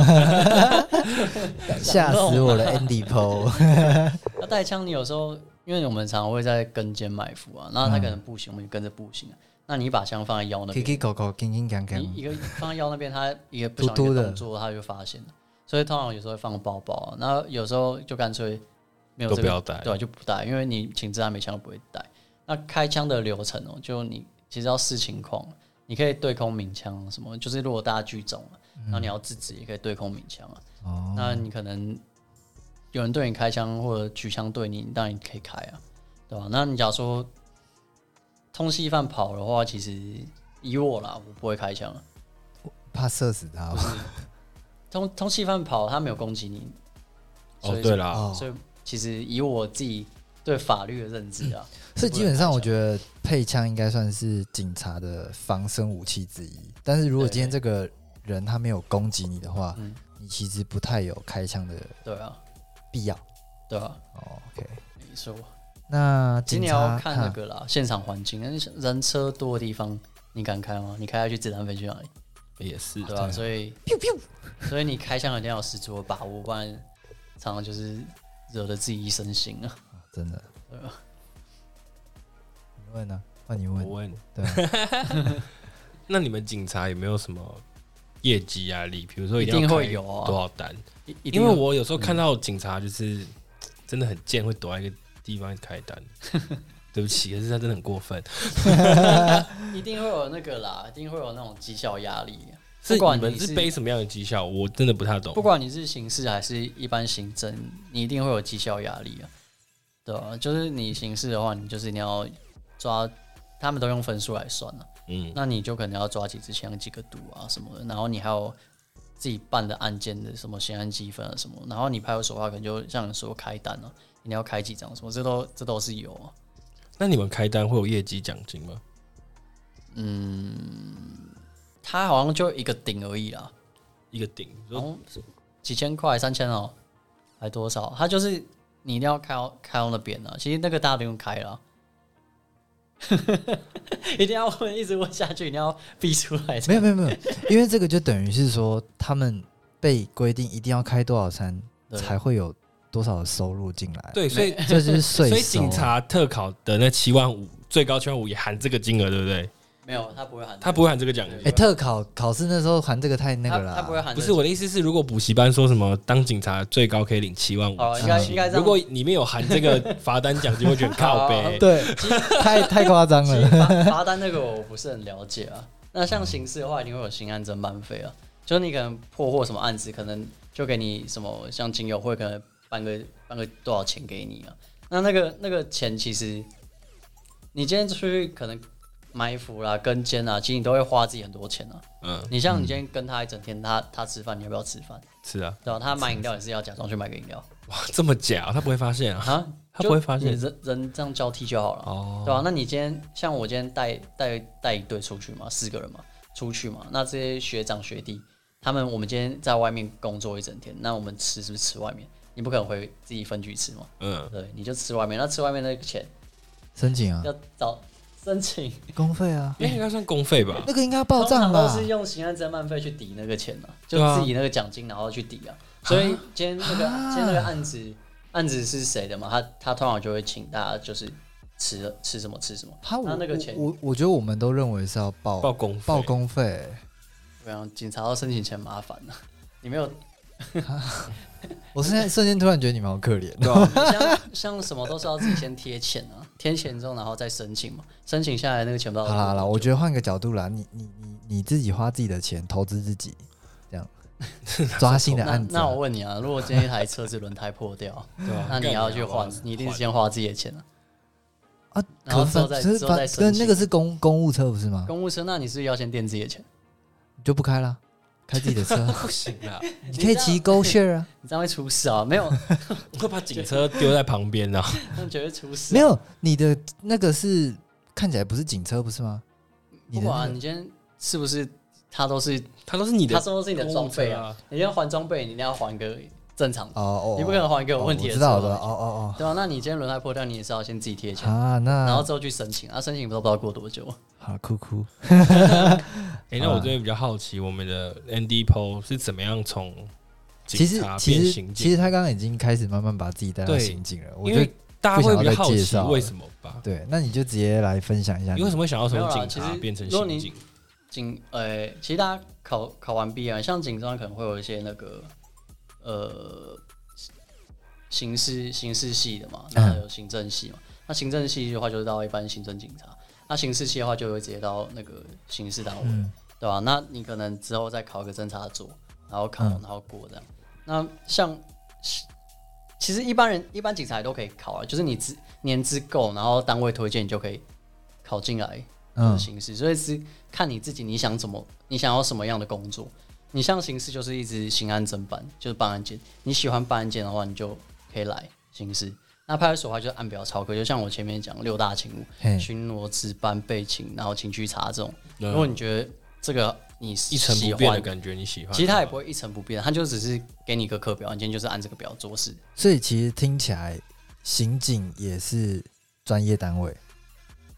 S1: 吓死我了，Andy Po。
S3: 那带枪，你有时候因为我们常常会在跟肩埋伏啊，那他可能步行，我们就跟着步行啊。那你把枪放在腰那边
S1: K，K 狗狗，金金刚刚
S3: 你，一个放在腰那边，他一个不小
S1: 嘟嘟
S3: 心
S1: 的
S3: 的动作，他就发现了。所以通常有时候会放包包啊，那有时候就干脆没有、
S2: 都
S3: 这个、
S2: 不要带
S3: 对，就不带，因为你请自然没枪都不会带。那开枪的流程哦、就你其实要视情况，你可以对空鸣枪什么，就是如果大家聚众啊，那你要制止也可以对空鸣枪啊。
S1: 哦，
S3: 那你可能有人对你开枪或者举枪对你，当然你可以开啊，对吧、那你假如说通缉犯跑的话，其实以我啦，我不会开枪啊。
S1: 怕射死 他哦。
S3: 通通缉犯跑，他没有攻击你，所
S2: 哦，
S3: 以
S2: 对啦，
S1: 哦
S3: 所以其实以我自己对法律的认知啊，
S1: 所以基本上，我觉得配枪应该算是警察的防身武器之一。但是如果
S3: 对
S1: 今天这个人他没有攻击你的话，
S3: 嗯
S1: 你其实不太有开枪的
S3: 对啊，
S1: 必要。
S3: 对啊，
S1: 哦、OK，
S3: 没错。
S1: 那
S3: 其实
S1: 警
S3: 你
S1: 察
S3: 要看那
S1: 哈
S3: 个啦，现场环境，那你人车多的地方，你敢开吗？你开下去子弹飞去哪里？
S2: 也是啊
S3: 对吧、啊所以，所以你开枪一定要有十足的把握，不然常常就是惹得自己一身腥啊。
S1: 真的
S3: 对啊，
S1: 你问呢、换你
S2: 我
S1: 问，
S2: 问，
S1: 对啊，
S2: 那你们警察有没有什么业绩压力？比如说
S3: 一
S2: 定
S3: 定
S2: 要
S3: 会
S2: 开
S3: 有啊
S2: 多少单？
S3: 一一定
S2: 因为
S3: 要
S2: 我有时候看到警察就是真的很贱，会躲在一个地方开 单。对不起，可是他真的很过分。
S3: 一定会有那个啦，一定会有那种绩效压力、
S2: 是
S3: 不管
S2: 你们
S3: 是
S2: 是背什么样的绩效，我真的不太懂。
S3: 不管你是刑事还是一般行政，你一定会有绩效压力啊，对啊，就是你刑事的话，你就是你要抓，他们都用分数来算啊了、
S2: 嗯，
S3: 那你就可能要抓几支枪、几个赌啊什么的，然后你还有自己办的案件的什么刑案积分啊什么，然后你派出所的话，可能就像你说开单啊，你要开几张什么，这都这都是有啊。
S2: 那你们开单会有业绩奖金吗？
S3: 他好像就一个顶而已啦，
S2: 一个顶，比如
S3: 然
S2: 说
S3: 后几千块、三千哦，还多少？他就是你一定要开到开到那边啊，其实那个大家不用开了啊。 一定要问，一直问下去，一定要逼出来。
S1: 没有没有没有，因为这个就等于是说他们被规定一定要开多少餐
S3: 对
S1: 才会有多少的收入进来，，
S2: 对，所以
S1: 这就是税收。啊
S2: 所以警察特考的那七万五，最高七万五也含这个金额，对不对？
S3: 没有，他不会喊这个，
S2: 他不会含这个奖
S1: 哎、
S2: 金。
S1: 特考考试那时候含这个太那
S3: 他
S1: 个了，啊
S3: 他不会喊
S2: 不
S3: 这个。
S2: 是我的意思是，如果补习班说什么当警察最高可以领七万五，
S3: 哦，应该应该这样。
S2: 嗯
S3: 哦
S2: 如果里面有含这个罚单奖金，我觉得很靠 背。
S1: 对，太太夸张
S3: 其实
S1: 了。
S3: 罚罚单那个我不是很了解啊。那像刑事的话，一定会有刑案侦办费啊，就是你可能破获什么案子，可能就给你什么，像警友会可能办个办个多少钱给你啊。那那个那个钱其实，你今天出去可能埋伏啦、跟监啊，其实你都会花自己很多钱啊。
S2: 嗯，
S3: 你像你今天跟他一整天，他他吃饭，你要不要吃饭？
S2: 是啊，
S3: 对吧、他买饮料也是要假装去买个饮料
S2: 哇，这么假，他不会发现 啊？
S3: 啊，
S2: 他
S3: 就
S2: 不会发现
S3: 你人人这样交替就好了。
S2: 哦，
S3: 对啊，那你今天像我今天带带带一队出去嘛，四个人嘛，出去嘛，那这些学长学弟，他们我们今天在外面工作一整天，那我们吃是不是吃外面？你不可能回自己分局吃嘛，
S2: 嗯，
S3: 对，你就吃外面，那吃外面那个钱
S1: 申请啊，
S3: 要找申请，
S1: 公费啊，
S2: 那应该算公费吧？
S1: 那个应该要报账
S3: 通常
S1: 吧
S3: 都？是用刑案侦办费去抵那个钱啊，就
S2: 对啊
S3: 自己那个奖金然后去抵啊， 所以今天那个
S1: 啊
S3: 今天那个案子案子是谁的嘛？他他通常就会请大家就是吃吃什么吃什么，
S1: 他我
S3: 那那个钱
S1: 我我我觉得我们都认为是要报
S2: 报公费
S1: 报公费，
S3: 啊 对啊，警察要申请钱麻烦了、你没有
S1: 我 现在瞬间突然觉得你们好可怜。
S2: 对吧？
S3: 像像什么都是要自己先贴钱啊，贴钱之后然后再申请嘛，申请下来那个钱不知
S1: 好
S3: 道
S1: 啦好啦，我觉
S3: 得
S1: 得换个角度啦，你你你你自己花自己的钱投资自己，这样抓新的
S3: 那
S1: 案子啊、
S3: 那我问你啊，如果今天一台车子轮胎破 掉，
S2: 对吧？
S3: 那你
S2: 干啊
S3: 要去
S2: 好不好
S3: 换，你一定是先花自己的钱啊。
S1: 啊，
S3: 然
S1: 可
S3: 后
S1: 是
S3: 之后
S1: 反
S3: 再
S1: 可是
S3: 之后
S1: 反
S3: 再
S1: 跟
S3: 申
S1: 那
S3: 请
S1: 个是公公务车不是吗？
S3: 公务车，那你是不是要先垫自己的钱？
S1: 你就不开了，开自己的 车，
S2: 不行啊啦，
S1: 你可以骑 Go Share 啊。
S3: 你这样会出事啊！没有，
S2: 会把警车丢在旁边啊。
S3: 那绝对出事、
S1: 没，有，你的那个是看起来不是警车不是吗？你
S3: 不
S1: 的
S3: 管啊、
S1: 那个
S3: 你今天是不是，他都是
S2: 它都是你的，
S3: 他说的是你的装备
S2: 公务
S3: 啊
S2: 车啊，
S3: 你要还装备，你一定要还个正常的，
S1: 哦哦，
S3: 你不可能还给
S1: 哦
S3: 问题
S1: 我
S3: 的
S1: 知
S3: 车嘛、啊
S1: 道的，哦哦
S3: 对吧、啊那你今天轮胎破掉，你也是要先自己贴
S1: 哦，
S3: 钱，
S1: 啊，
S3: 然后
S1: 那
S3: 之后去申请，啊，申请不知道不知道过多久，
S1: 好哭哭，
S2: 哎、那我这边比较好奇，我们的 ND PO 是怎么样从
S1: 其
S2: 警
S1: 实
S2: 察变
S1: 其
S2: 刑
S1: 实其实
S2: 警？
S1: 他刚刚已经开始慢慢把自己带到
S2: 对
S1: 刑警了，我
S2: 因
S1: 觉
S2: 为
S1: 得
S2: 大家会比较
S1: 不想要
S2: 好
S1: 再介
S2: 奇
S1: 绍了
S2: 为什么吧？
S1: 对，那你就直接来分享一下你，
S2: 你为什么会想要
S3: 没有
S2: 从
S3: 啦
S2: 警
S3: 其
S2: 察
S3: 实
S2: 变成
S3: 如果你
S2: 刑警？
S3: 警，呃，其实大家考考完毕啊，像警专可能会有一些那个，呃，刑事刑事系的嘛，然后
S1: 嗯
S3: 有行政系嘛。那行政系的话，就是到一般行政警察；那刑事系的话，就会直接到那个刑事单位，
S1: 嗯
S3: 对吧、那你可能之后再考一个侦查组，然后考，
S1: 嗯
S3: 然后过这样。那像其实一般人一般警察也都可以考啊，就是你资年资够，然后单位推荐，你就可以考进来。的
S1: 嗯
S3: 形式，所以是看你自己你想怎么，你想要什么样的工作。你像刑事就是一直刑案侦办，就是办案件。你喜欢办案件的话，你就可以来刑事。那派出所的话就是按表操课，就像我前面讲六大勤务：
S1: 嘿
S3: 巡逻、值班、备勤，然后情绪查这种。
S2: 如
S3: 如果你觉得这个你
S2: 嗯一成
S3: 喜
S2: 不
S3: 欢
S2: 变的感觉，你喜欢？
S3: 其实他也不会一成不变，他就只是给你一个课表，你今天就是按这个表做事。
S1: 所以其实听起来，刑警也是专业单 位，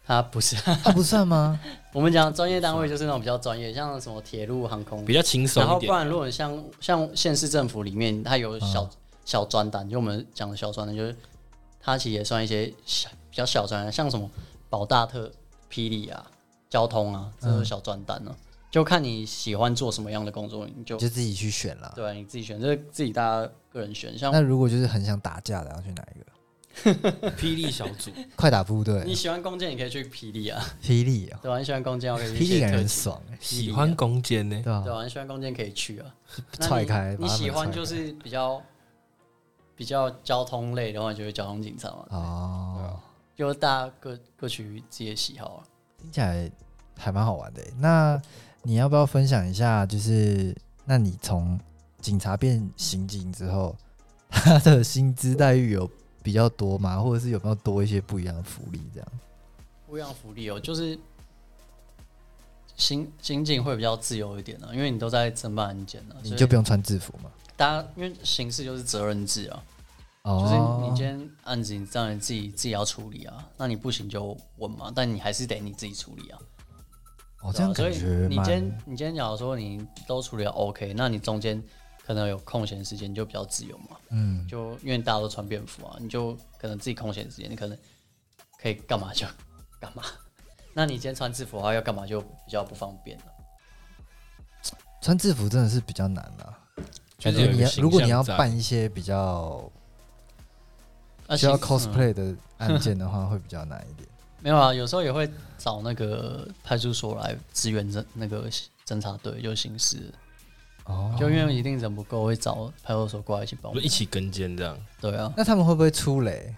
S3: 他不是，
S1: 他不算吗？
S3: 我们讲专业单位就是那种比较专业，像什么铁路、航空、
S2: 比较轻松
S3: 然后
S2: 一
S3: 不
S2: 点。
S3: 然，如果像像县市政府里面，它有小、
S1: 嗯
S3: 小专单，就我们讲的小专单，就是它其实也算一些小比较小专单，像什么保大特、霹雳啊、交通啊，这
S1: 嗯
S3: 种小专单呢、就看你喜欢做什么样的工作，你就
S1: 你就自己去选啦。
S3: 对啊、你自己选，这自己大家个人选。像
S1: 那如果就是很想打架的，要去哪一个？
S2: 霹雳小组，
S1: 快打部队
S3: 你、喜欢弓箭，你可以去霹雳啊，
S1: 霹雳啊，
S3: 对吧、你喜欢弓箭，我可以去
S1: 霹雳
S3: 写
S1: 感觉
S3: 特
S1: 很
S3: 技，
S1: 爽欸，
S2: 喜欢攻坚呢、
S1: 对吧
S3: 对？啊吧、你喜欢弓箭可以去啊。那
S1: 踹
S3: 你
S1: 开，
S3: 你
S1: 把他们
S3: 喜欢
S1: 踹
S3: 就
S1: 开
S3: 是比较比较交通类的话，就是交通警察嘛。
S1: 哦，
S3: 就大家各各取自己的喜好啊。
S1: 听起来还蛮好玩的欸。那你要不要分享一下？就是那你从警察变刑警之后， 他的薪资待遇有比较多吗？或者是有没有多一些不一样的福利？这样？
S3: 啊不一样福利哦，就是刑刑警会比较自由一点啊，因为你都在侦办案件啊，
S1: 你
S3: 所以
S1: 就不用穿制服嘛？
S3: 大家因为刑事就是责任制啊，就是
S1: 哦，
S3: 你今天案子你当然自己自己要处理啊，那你不行就问嘛，但你还是得你自己处理啊。
S1: 哦，
S3: 对
S1: 这样
S3: 啊所
S1: 感
S3: 以
S1: 觉
S3: 你今
S1: 蛮
S3: 天你今天假如说你都处理了 OK，那你中间可能有空闲时间你就比较自由嘛，
S1: 嗯，
S3: 就因为大家都穿便服啊，你就可能自己空闲时间，你可能可以干嘛就 干嘛。那你今天穿制服的话，要干嘛就比较不方便了。
S1: 穿制服真的是比较难啦、
S2: 就
S1: 如
S2: 是有
S1: 果
S2: 一
S1: 你
S2: 个
S1: 要
S2: 形象
S1: 如果你要
S2: 在
S1: 办一些比较
S3: 啊
S1: 需要
S3: 其实嗯
S1: cosplay 的案件的话，会比较难一 点。
S3: 没有啊，有时候也会找那个派出所来支援侦那个侦查队，就刑事，
S1: 哦，
S3: 就因为一定人不够，会找派出所过来一起帮
S2: 就
S3: 忙
S2: 一。起跟监这样。
S3: 对啊，
S1: 那他们会不会出雷？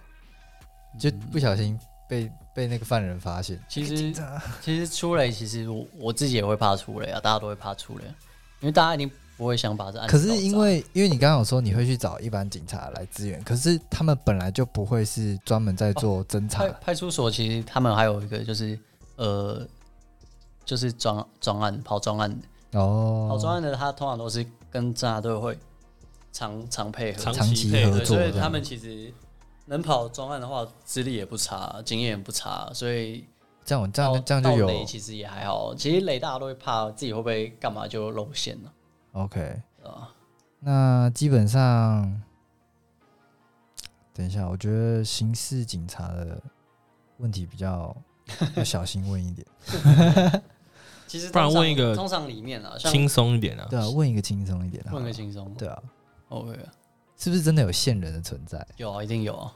S1: 就不小心被被那个犯人发现？
S3: 嗯其实其实出雷，其实我我自己也会怕出雷啊，大家都会怕出雷，因为大家一定不会想把这案
S1: 可
S3: 子搞砸。
S1: 是因为因为你刚刚有说你会去找一般警察来支援，可是他们本来就不会是专门在做侦查
S3: 派，派出所其实他们还有一个就是呃，就是专专案跑专案，跑专
S1: 哦，
S3: 案的他通常都是跟侦查队会常常配合，
S2: 常
S1: 长期
S2: 配合
S1: 合
S3: 对，
S1: 作
S3: 所
S1: 这
S3: 以
S1: 样，
S3: 他们其实能跑专案的话，资历也不差，经验也不差，所以
S1: 这样这样
S3: 到
S1: 这样就
S3: 到雷
S1: 有
S3: 其实也还好。其实雷大家都会怕自己会不会干嘛就露馅了，
S1: OK。
S3: 对吧？
S1: 那基本上，等一下，我觉得刑事警察的问题比较要小心问一点。
S3: 其实
S2: 不然
S3: 通常
S2: 问一个
S3: 通常里面啊，像
S2: 轻松一点啊。
S1: 对啊，问一个轻松一点好了。
S3: 问个轻松，
S1: 对啊，
S3: OK，
S1: 是不是真的有线人的存在？
S3: 有啊，一定有啊。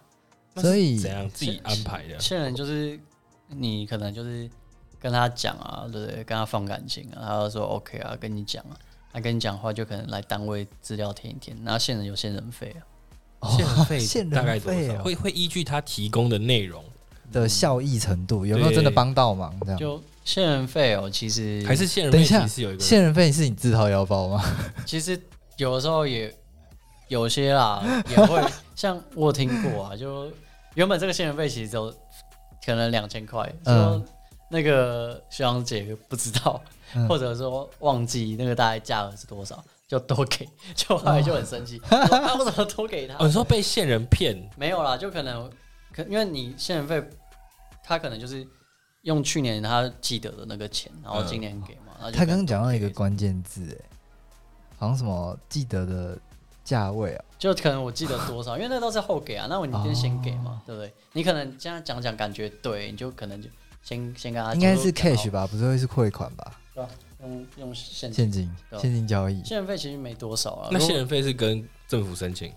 S2: 那是
S1: 所以
S2: 怎样自己安排的？
S3: 欠人就是你可能就是跟他讲啊，对不对？跟他放感情啊，他就说 OK 啊，跟你讲啊，他跟你讲话就可能来单位资料填一填，那线人有线人费啊，
S1: 哦
S2: 线人
S1: 线
S2: 费
S1: 人
S2: 大概多
S1: 费
S2: 少？
S1: 哦
S2: 会会依据他提供的内容，
S1: 的效益程度有没有真的帮到忙？这样，
S3: 就线人费哦，其实
S2: 还是线人
S1: 等
S2: 费
S1: 一
S2: 其
S1: 下
S2: 实是有一个
S1: 线人费是你自掏腰包吗？
S3: 其实有的时候也有些 啦，也会像我有听过啊，就原本这个线人费其实都可能两千块，
S1: 嗯
S3: 说那个学长姐不知道，
S1: 嗯
S3: 或者说忘记那个大概价额是多少，就多 给，就后来就很生
S1: 哦
S3: 气，说啊为什么多给他？
S2: 哦，你说被线人骗，
S3: 没有啦，就可能可因为你线人费，他可能就是用去年他记得的那个钱，然后今年给嘛，然后就
S1: 他刚刚讲到一
S3: 多
S1: 个
S3: 给
S1: 关键字，哎，好像什么记得的价位啊，
S3: 就可能我记得多少，因为那都是后给啊，那我你先先给
S1: 哦
S3: 嘛，对不对？你可能这样讲讲，感觉对，你就可能就先先跟他
S1: 应该是
S3: 啊讲说
S1: cash 吧，不是会是汇款吧？
S3: 用用现金，
S1: 现金，
S3: 对啊
S1: 现金交易
S3: 现费其实没多少啊，
S2: 那
S3: 如果
S2: 线人费是跟政府申请，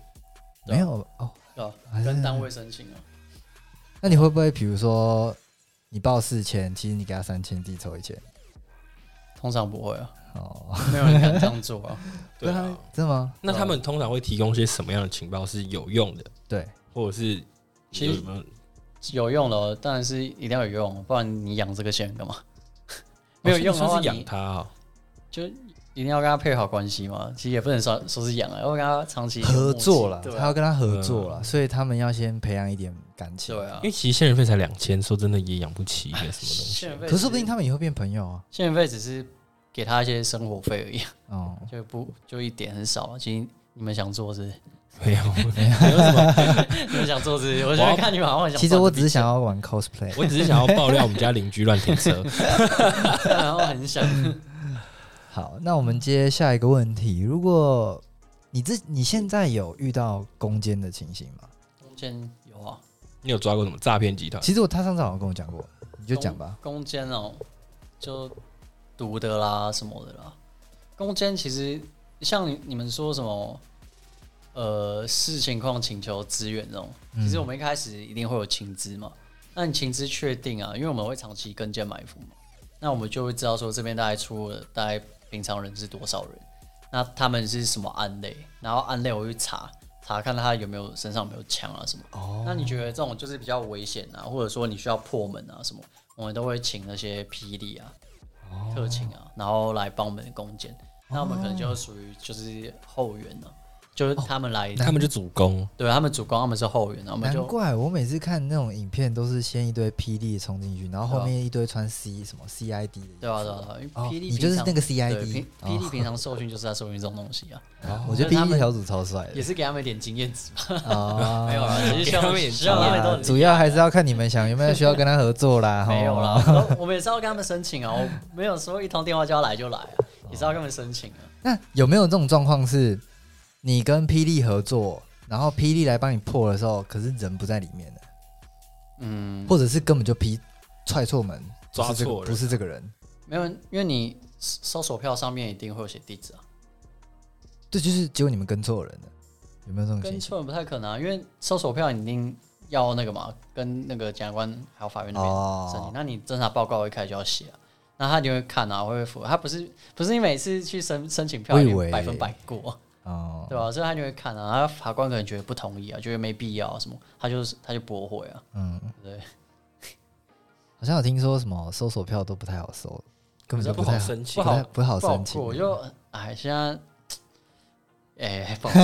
S1: 没有哦？
S3: 对吧
S1: 还是
S3: 跟单位申请
S1: 哎
S3: 啊，
S1: 那你会不会比如说你报四千，其实你给他三千，自己抽一千？
S3: 通常不会啊，
S1: 哦，
S3: 没有人敢这样做啊。
S2: 对啊
S1: 他， 真的吗？
S2: 那他们通常会提供些什么样的情报是有用的，
S1: 对，
S2: 或者是
S3: 其
S2: 有
S3: 实
S2: 没有
S3: 有用的哦，当然是一定要有用，不然你养这个线干嘛？没有用
S2: 哦
S3: 的
S2: 所
S3: 话，
S2: 以说是养
S3: 你
S2: 他啊，
S3: 就一定要跟他配好关系嘛。其实也不能说说是养啊，要跟他长期有默契
S1: 合作了，
S3: 对
S1: 他要
S3: 啊，
S1: 跟他合作了，所以他们要先培养一点感情。
S3: 对啊
S2: 因为其实线人费才两千，说真的也养不起一个什么东西。
S3: 线费
S1: 可是说不定
S3: 他。
S1: 他们以后变朋友啊。
S3: 现在费只是给他一些生活费而已，啊
S1: 哦，
S3: 就不就一点很少。啊其实你们想做是，
S2: 没有，
S3: 你们想做是，我现在看你们好像想。
S1: 其实我只是想，要玩 cosplay，
S2: 我只是想要爆料我们家邻居乱停车。
S3: 然后很 想，
S1: 好，那我们接下一个问题。如果你自你现在有遇到攻坚的情形吗？
S3: 中间有啊，
S2: 你有抓过什么诈骗 集团？
S1: 其实我他上次好像跟我讲过，你就讲吧。
S3: 攻坚哦，就毒的啦什么的啦。攻坚其实像你你们说什么，呃，视情况请求支援这种，其
S1: 嗯
S3: 实我们一开始一定会有情资嘛。那你情资确定啊，因为我们会长期跟监埋伏嘛，那我们就会知道说这边大概出了大概平常人是多少人，那他们是什么案类，然后案类我会去查查看他有没有身上有没有枪啊什么。
S1: 哦
S3: 那你觉得这种就是比较危险啊，或者说你需要破门啊什么，我们都会请那些霹雳啊、
S2: 哦
S3: 特勤啊，然后来帮我们攻坚。那我们可能就属于就是后援啊，就是他们来，
S2: 哦他们就主攻，
S3: 对他们主攻，他们是后援啊，我们
S1: 难
S3: 就
S1: 怪我每次看那种影片，都是先一堆霹雳冲进去，然后后面一堆穿 C 什么 CID 的衣服。
S3: 对啊对啊，对啊因为
S1: 哦，
S3: 霹雳
S1: 你就是
S3: 平常
S1: 那个
S3: 对
S1: CID
S3: 霹。霹雳平常受训就是在受训这种东西啊，
S1: 哦我觉得
S3: 就是他
S1: 霹雳
S3: 们
S1: 小组超帅
S3: 也
S1: 的。
S3: 是给他们一点经 验值吧。
S1: 啊
S3: 没有啦，只是希望
S2: 给他们一点
S3: 希望他们都很厉害
S1: 主要还是要看你们想有没有需要跟他合作啦。
S3: 啊没有
S1: 啦。
S3: 啦，我我们也是要跟他们申请啊，我没有说一通电话叫他来就来啊，也是要跟他们申请啊。
S1: 那有没有这种状况是，你跟霹雳合作，然后霹雳来帮你破的时候，可是人不在里面的，
S3: 嗯，
S1: 或者是根本就劈踹错门，
S2: 抓
S1: 不是这个
S2: 错人
S1: 不是这个人，
S3: 没有，因为你搜索票上面一定会有写地址啊，
S1: 对，就是结果你们跟错人了，有没有这种
S3: 跟
S1: 情形？
S3: 错人不太可能啊，因为搜索票你一定要那个嘛，跟那个检察官还有法院那边申请。
S1: 哦，
S3: 那你侦查报告一开始就要写啊，那他就会看啊，会付。他不是不是你每次去申申请票，
S1: 我以
S3: 一定
S1: 为
S3: 百分百过啊。
S1: 哦，
S3: 对吧、所以他就会看啊，他法官可能觉得不同意啊，觉得没必要、啊、什么，他就是他就驳回啊，
S1: 嗯，
S3: 对
S1: 好像有听说什么搜索票都不太好搜，根本就
S2: 不
S1: 太
S2: 好申请
S1: 不。太
S3: 不好
S1: 不好
S3: 不好
S1: 申请，
S3: 过，我就哎现 在，哎、不好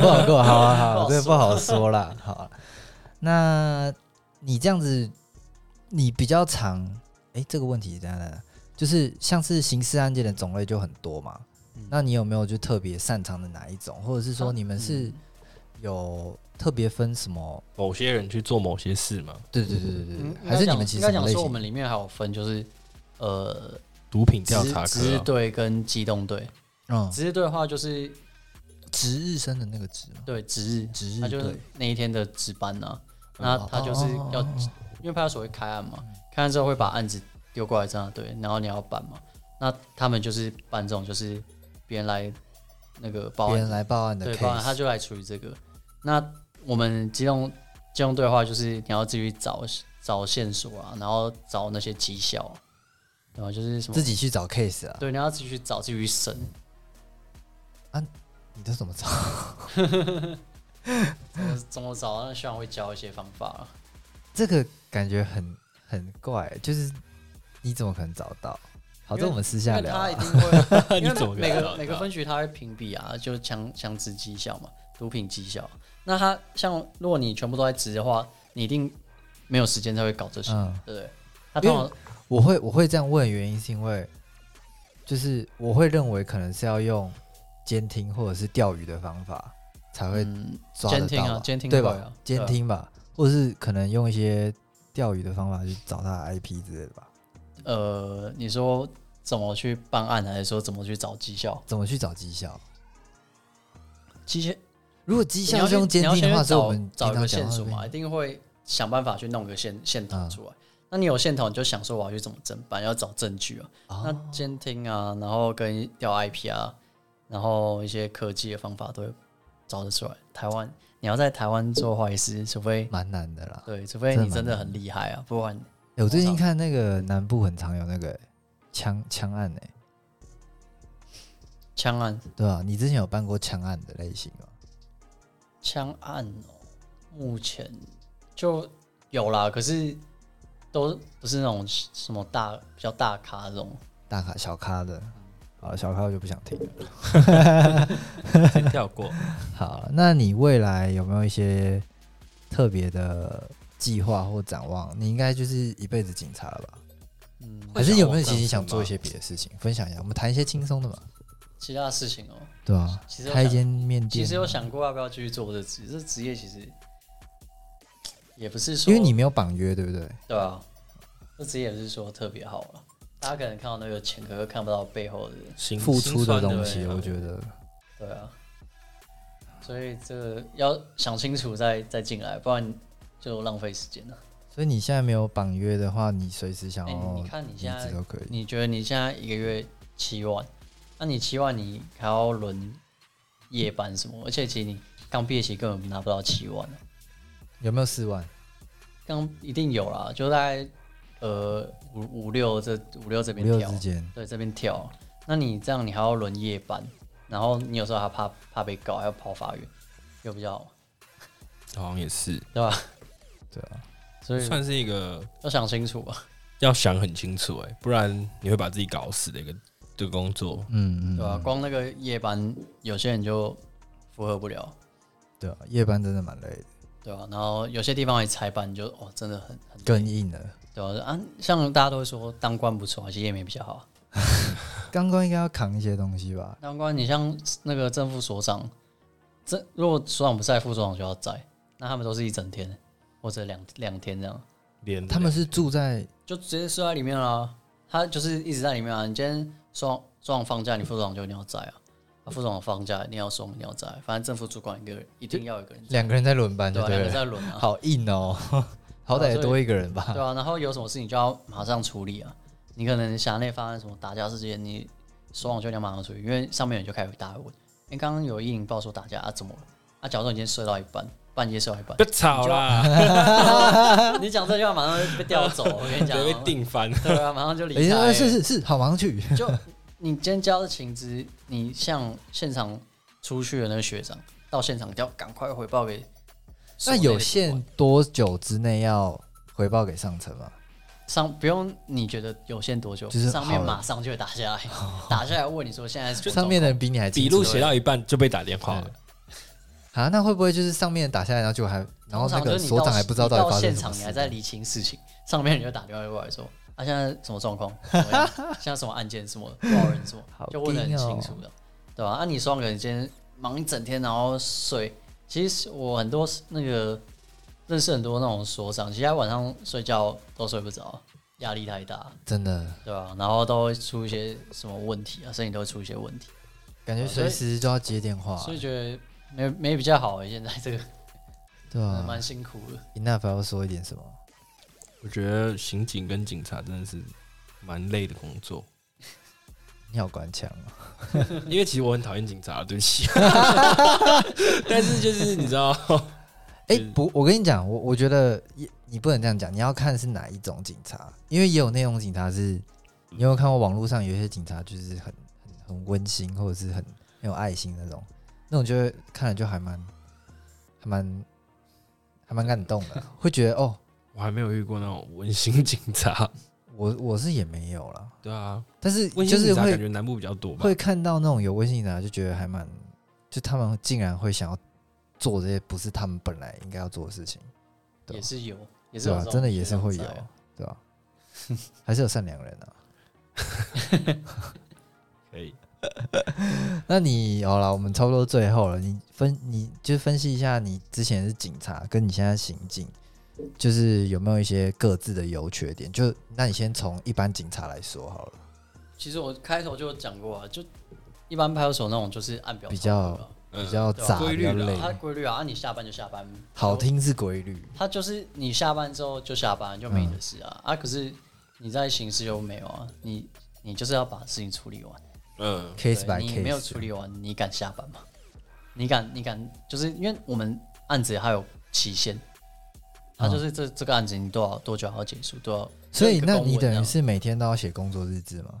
S1: 不好过，好啊好
S3: 不
S1: 啊，
S3: 好
S1: 这个不
S3: 说
S1: 好说啦。好啊，那你这样子，你比较常，哎、这个问题等一下等一下，就是像是刑事案件的种类就很多嘛，
S3: 嗯
S1: 那你有没有就特别擅长的哪一种，或者是说你们
S3: 嗯
S1: 是有特别分什么？
S2: 某些人去做某些事嘛，
S1: 对对对对对
S3: 嗯
S1: 对，还是你们其
S3: 应
S1: 实
S3: 该
S1: 什么
S3: 讲
S1: 类
S3: 说，我
S1: 型？
S3: 们里面还有分，就是呃，
S2: 毒品
S3: 职
S2: 调查
S3: 值日
S2: 科、啊。
S3: 队跟机动队。
S1: 嗯，
S3: 值日队的话，就是
S1: 值日生的那个值嘛，
S3: 对值日，
S1: 值日哦
S3: 他就是
S1: 对，
S3: 那一天的值班呐、啊那他就是要，
S1: 哦
S3: 因为派出所会开案嘛，开案之后会把案子丢过来侦查队，然后你要办嘛。那他们就是办这种，就是别人来那个报
S1: 别
S3: 案
S1: 人来报案的
S3: 对，报案
S1: case，
S3: 他就来处理这个。那我们机动机动对话就是你要自己找找线索啊，然后找那些绩效啊，对吧？就是什么
S1: 自己去找 case 啊？
S3: 对，你要自己去找，自己 去审。
S1: 你都怎么找？
S3: 怎么怎么找？那希望会教一些方法啊。
S1: 这个感觉很很怪，就是你怎么可能找到？好，
S3: 因为
S1: 这我们私
S3: 因
S1: 下
S3: 为
S1: 聊
S3: 他
S1: 啊。
S3: 一定 会，
S2: 你怎么
S3: 每
S2: 知
S3: 个
S2: 道
S3: 每个分局他会评比啊，就是强强值绩效嘛，毒品绩效。那他像如果你全部都在值的话，你一定没有时间才会搞这些，
S1: 嗯，
S3: 对不对？他通常
S1: 我会我会这样问的原因是因为，就是我会认为可能是要用监听或者是钓鱼的方法才会
S3: 嗯
S1: 抓得
S3: 监听
S1: 到
S3: 啊
S1: 吧，
S3: 监听
S1: 对
S3: 会
S1: 吧
S3: 啊？对
S1: 监
S3: 啊
S1: 听吧，或者是可能用一些钓鱼的方法去找他的 IP 之类的吧？
S3: 呃，你说怎么去办案，还是说怎么去找绩效？
S1: 怎么去找绩效？
S3: 绩效
S1: 如果绩
S3: 绩
S1: 效是用监听的话，所以我们
S3: 找
S1: 平
S3: 一个
S1: 常
S3: 线
S1: 讲
S3: 索
S1: 话
S3: 嘛，一定会想办法去弄个线线头
S1: 嗯
S3: 出来。那你有线头，你就想说我要去怎么侦办，要找证据啊。那
S1: 啊，
S3: 监听啊，然后跟调 IP 啊，然后一些科技的方法都会找得出来。台湾，你要在台湾做坏事，除非
S1: 蛮难的啦。
S3: 对，除非
S1: 嗯真的
S3: 你真的
S1: 蛮
S3: 很厉害啊，不然
S1: 欸我最近看那个南部很常有那个欸枪枪案哎、
S3: 枪案
S1: 对吧、你之前有办过枪案的类型吗？
S3: 枪案哦，目前就有啦，可是都不是那种什么大比较大咖的这种，
S1: 大咖小咖的，好，小咖我就不想听了。
S2: 先跳过。
S1: 好，那你未来有没有一些特别的计划或展望？你应该就是一辈子警察了吧？
S3: 嗯，
S1: 还是有没有
S2: 会
S1: 其实想
S2: 想往上升吗
S1: 做一些别的事情？分享一下，我们谈一些轻松的嘛，
S3: 其他的事情哦、
S1: 对啊
S3: 其实，我
S1: 开一
S3: 想
S1: 间面店，
S3: 其实有，想过要不要继续做这职，这职业其实也不是说，
S1: 因为你没有绑约，对不对？
S3: 对啊，这职业也不是说特别好了。大家可能看到那个钱，可是看不到背后的，
S2: 辛
S1: 付出
S2: 辛酸
S1: 的
S2: 的
S3: 欸
S1: 东西，
S2: 对啊
S1: 我觉得
S3: 对啊。所以这个要想清楚再再进来，不然就浪费时间了。
S1: 所以你现在没有绑约的话，你随时想
S3: 哎、
S1: 要
S3: 你
S1: 离
S3: 你看你现在
S1: 职都可以。
S3: 你觉得你现在一个月七万，那你七万你还要轮夜班什么？而且其实你刚毕业其实根本拿不到七万啊，
S1: 有没有四万？
S3: 刚一定有啦，就大概呃五五六这五六这
S1: 五
S3: 边
S1: 六
S3: 跳
S1: 之，间，
S3: 对这边跳。那你这样你还要轮夜班，然后你有时候还怕怕被告，还要跑法院，又比较好，
S2: 好像也是，
S3: 对吧？
S1: 对啊，
S3: 所以
S2: 算是一个
S3: 要想清楚啊吧，
S2: 要想很清楚哎、不然你会把自己搞死的一个这个工作。
S1: 嗯嗯，
S3: 对吧、啊光那个夜班，有些人就负荷不了，
S1: 对啊，夜班真的蛮累的，
S3: 对吧、然后有些地方也拆班，你就哦，真的很很
S1: 更硬了。
S3: 对吧、啊？像大家都会说当官不错，其实也没比较好啊。
S1: 刚刚应该要扛一些东西吧？
S3: 当官，你像那个正副所长，这如果所长不在，副所长就要在，那他们都是一整天或者两两天这样，
S2: 连
S1: 他们是住在
S3: 就直接睡在里面啦。他就是一直在里面啊。你今天所长所长放假，你副所长就一定要在啊。啊副所长放假，你要送，你要在，反正正副主管一个人一定要有一个人在，
S1: 两个人在轮班，对
S3: 对吧、
S1: 不
S3: 两个
S1: 对
S3: 人？在轮啊，
S1: 好硬哦，好歹也多一个人吧
S3: 对？啊。然后有什么事情就要马上处理啊。你可能辖内发生什么打架事件，你所长就一定要马上处理，因为上面人就开始打问，因为刚刚有一零报说打架啊，怎么了？啊，假如说你今天睡到一半，半夜睡 到一半
S2: 不，要吵啦，
S3: 你讲这句话马上就被调走，我跟你
S2: 直
S3: 讲，
S2: 接被定 翻。
S3: 对啊，马上就
S1: 哎
S3: 离开、
S1: 呀，是是是，好，马上去。
S3: 就你今天教的情资，你像现场出去的那个学长，到现场就要赶快回报给所
S1: 那
S3: 内的主管。
S1: 有限多久之内要回报给上层吗？
S3: 上不用，你觉得有限多久？
S1: 就是
S3: 上
S1: 好
S3: 面
S1: 了
S3: 马上就会打 下来，打下来问你说现在是什么
S1: 上面的
S3: 状
S1: 人比你还
S2: 笔
S1: 清楚
S2: 录写到一半就被打电话了，
S1: 啊？那会不会就是上面打下来，然后就还，然后那
S3: 况，通常就
S1: 个
S3: 是你
S1: 所长还不知道
S3: 到
S1: 到底
S3: 你
S1: 发生
S3: 现
S1: 什么
S3: 场，
S1: 事？
S3: 你还在厘清事情，上面人就打电话过来说啊，现在什么 状况？怎么样现在什么案件？什么多少人？什么
S1: 好
S3: 就问的很
S1: 硬哦
S3: 清楚的，对吧、啊？你双个人今天忙一整天，然后睡，其实我很多那个认识很多那种所长，其实他晚上睡觉都睡不着，压力太大，
S1: 真的
S3: 对吧、然后都会出一些什么问题啊，身体都会出一些问题，
S1: 感觉随时就要接电话，
S3: 啊所以觉得没没比较好、欸，现在这个
S1: 对
S3: 真的
S1: 啊
S3: 蛮，辛苦的。
S1: 你那还要说一点什么？
S2: 我觉得刑警跟警察真的是蛮累的工作。
S1: 你好官腔啊！
S2: 因为其实我很讨厌警察，对不 起。但是就是你知道，
S1: 哎、
S2: 就是
S1: 不，我跟你讲，我我觉得也你不能这样讲，你要看是哪一种警察，因为也有那种警察
S2: 嗯
S1: 是，你有没有看过网络上有一些警察就是很很很温馨或者是很很有爱心那种，那种就会看了就还蛮还蛮还蛮感动 的，会觉得哦，
S2: 我还没有遇过那种温馨警察。
S1: 我我是也没有啦，
S2: 对啊，
S1: 但是
S2: 温
S1: 就
S2: 馨
S1: 是
S2: 警察
S1: 会
S2: 感觉南部比较多吧？
S1: 会看到那种有微信的、啊，就觉得还蛮，就他们竟然会想要做这些不是他们本来应该要做的事情，对
S3: 也
S1: 吧
S3: 是有，也是
S1: 对
S3: 有
S1: 吧、
S3: 这种
S1: 真的也是会
S3: 学
S1: 有
S3: 长在啊，
S1: 对吧、 还是有善良人啊。
S2: 可以。
S1: 那你好了，我们差不多最后了，你分你就分析一下，你之前是警察，跟你现在刑警，就是有没有一些各自的优缺点？就那你先从一般警察来说好了，
S3: 其实我开头就有讲过啊，就一般派出所那种就是按表
S1: 比
S3: 操作
S1: 较
S3: 啊
S2: 嗯
S1: 比较
S3: 对啊
S1: 杂，
S2: 规
S1: 比
S2: 律
S1: 较
S2: 啦
S1: 累，
S3: 它规律啊，啊你下班就下班，
S1: 好。听是规律，
S3: 他就是你下班之后就下班，就没你的事啊、
S1: 嗯
S3: 啊！可是你在刑事又没有啊，你你就是要把事情处理完
S2: 嗯，
S1: ，case
S3: 对
S1: by
S3: 你没有
S1: case，
S3: 处理完，你敢下班吗？你敢你敢？就是因为我们案子还有期限，他就是这、这个案子你多少多久要结束，多少
S1: 所以
S3: 就一个
S1: 那
S3: 公文啊
S1: 你等
S3: 样
S1: 于是每天都要写工作日志吗？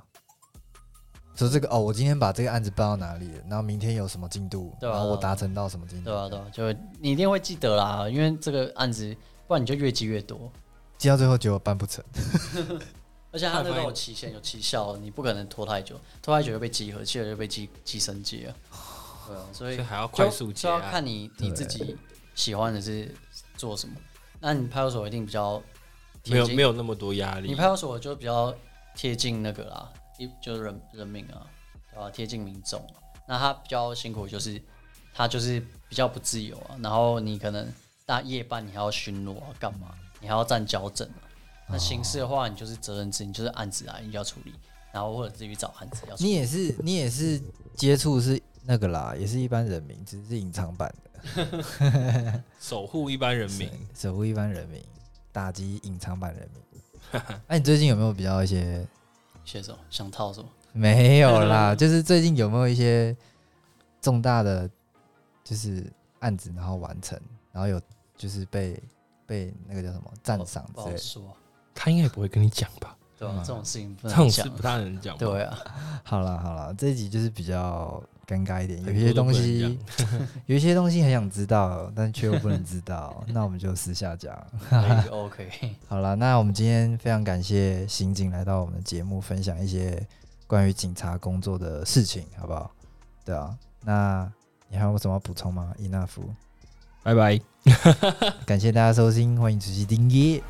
S1: 说这个哦，我今天把这个案子办到哪里了，然后明天有什么进度，
S3: 对啊
S1: 然后我达成到什么进度
S3: 对，啊吧、对吧、就你一定会记得啦，因为这个案子，不然你就越积越多，
S1: 记到最后结果办不成，
S3: 而且
S2: 快
S3: 它那都
S2: 发
S3: 有期限、有期效，你不可能拖太久，拖太久就被集合，集合就被记记生记了。对啊，所
S2: 所
S3: 以
S2: 以还要快
S3: 就
S2: 速结
S3: 就要
S2: 案。
S3: 看你你自己喜欢的是做什么。那你派出所一定比较贴
S2: 没有
S3: 近
S2: 没有那么多压
S3: 你
S2: 力，
S3: 派出所就比较贴近那个啦，一就是人人民啊，对吧？贴近民众啊、那他比较辛苦，就是他就是比较不自由啊。然后你可能大夜班你还要巡逻啊，干嘛？你还要站交整啊。那刑事的话，你就是责任制，你就是案子来你就要处理，然后或者自己去找案子要处理。
S1: 你也是你也是接触是那个啦，也是一般人民，只是隐藏版的，
S2: 守护一般人民。
S1: 守护一般人民，打击隐藏版人民。 那、你最近有没有比较一些
S3: 写什么？想套什么？
S1: 没有啦， 就是最近有没有一些重大的就是案子，然后完成，然后有就是被被那个叫什么赞赏
S3: 不
S1: 之
S3: 好
S1: 类哦
S3: 说啊，
S2: 他应该也不会跟你讲吧？
S3: 对吧、
S1: 嗯
S3: 这种事情不
S2: 这
S3: 能
S2: 种事
S3: 讲
S2: 不。大能讲吧。
S3: 对啊，
S1: 的。好啦好啦，这一集就是比较尴尬一点，有
S2: 很
S1: 一
S2: 多
S1: 些
S2: 都
S1: 东
S2: 不能
S1: 西
S2: 讲，
S1: 有一些东西很想知道，但却又不能知道，那我们就私下讲。
S3: 那 OK，
S1: 好了，那我们今天非常感谢刑警来到我们的节目，分享一些关于警察工作的事情，好不好？对啊，那你还有什么要补充吗？伊纳夫，
S2: 拜拜。
S1: 感谢大家收听，欢迎持续订阅，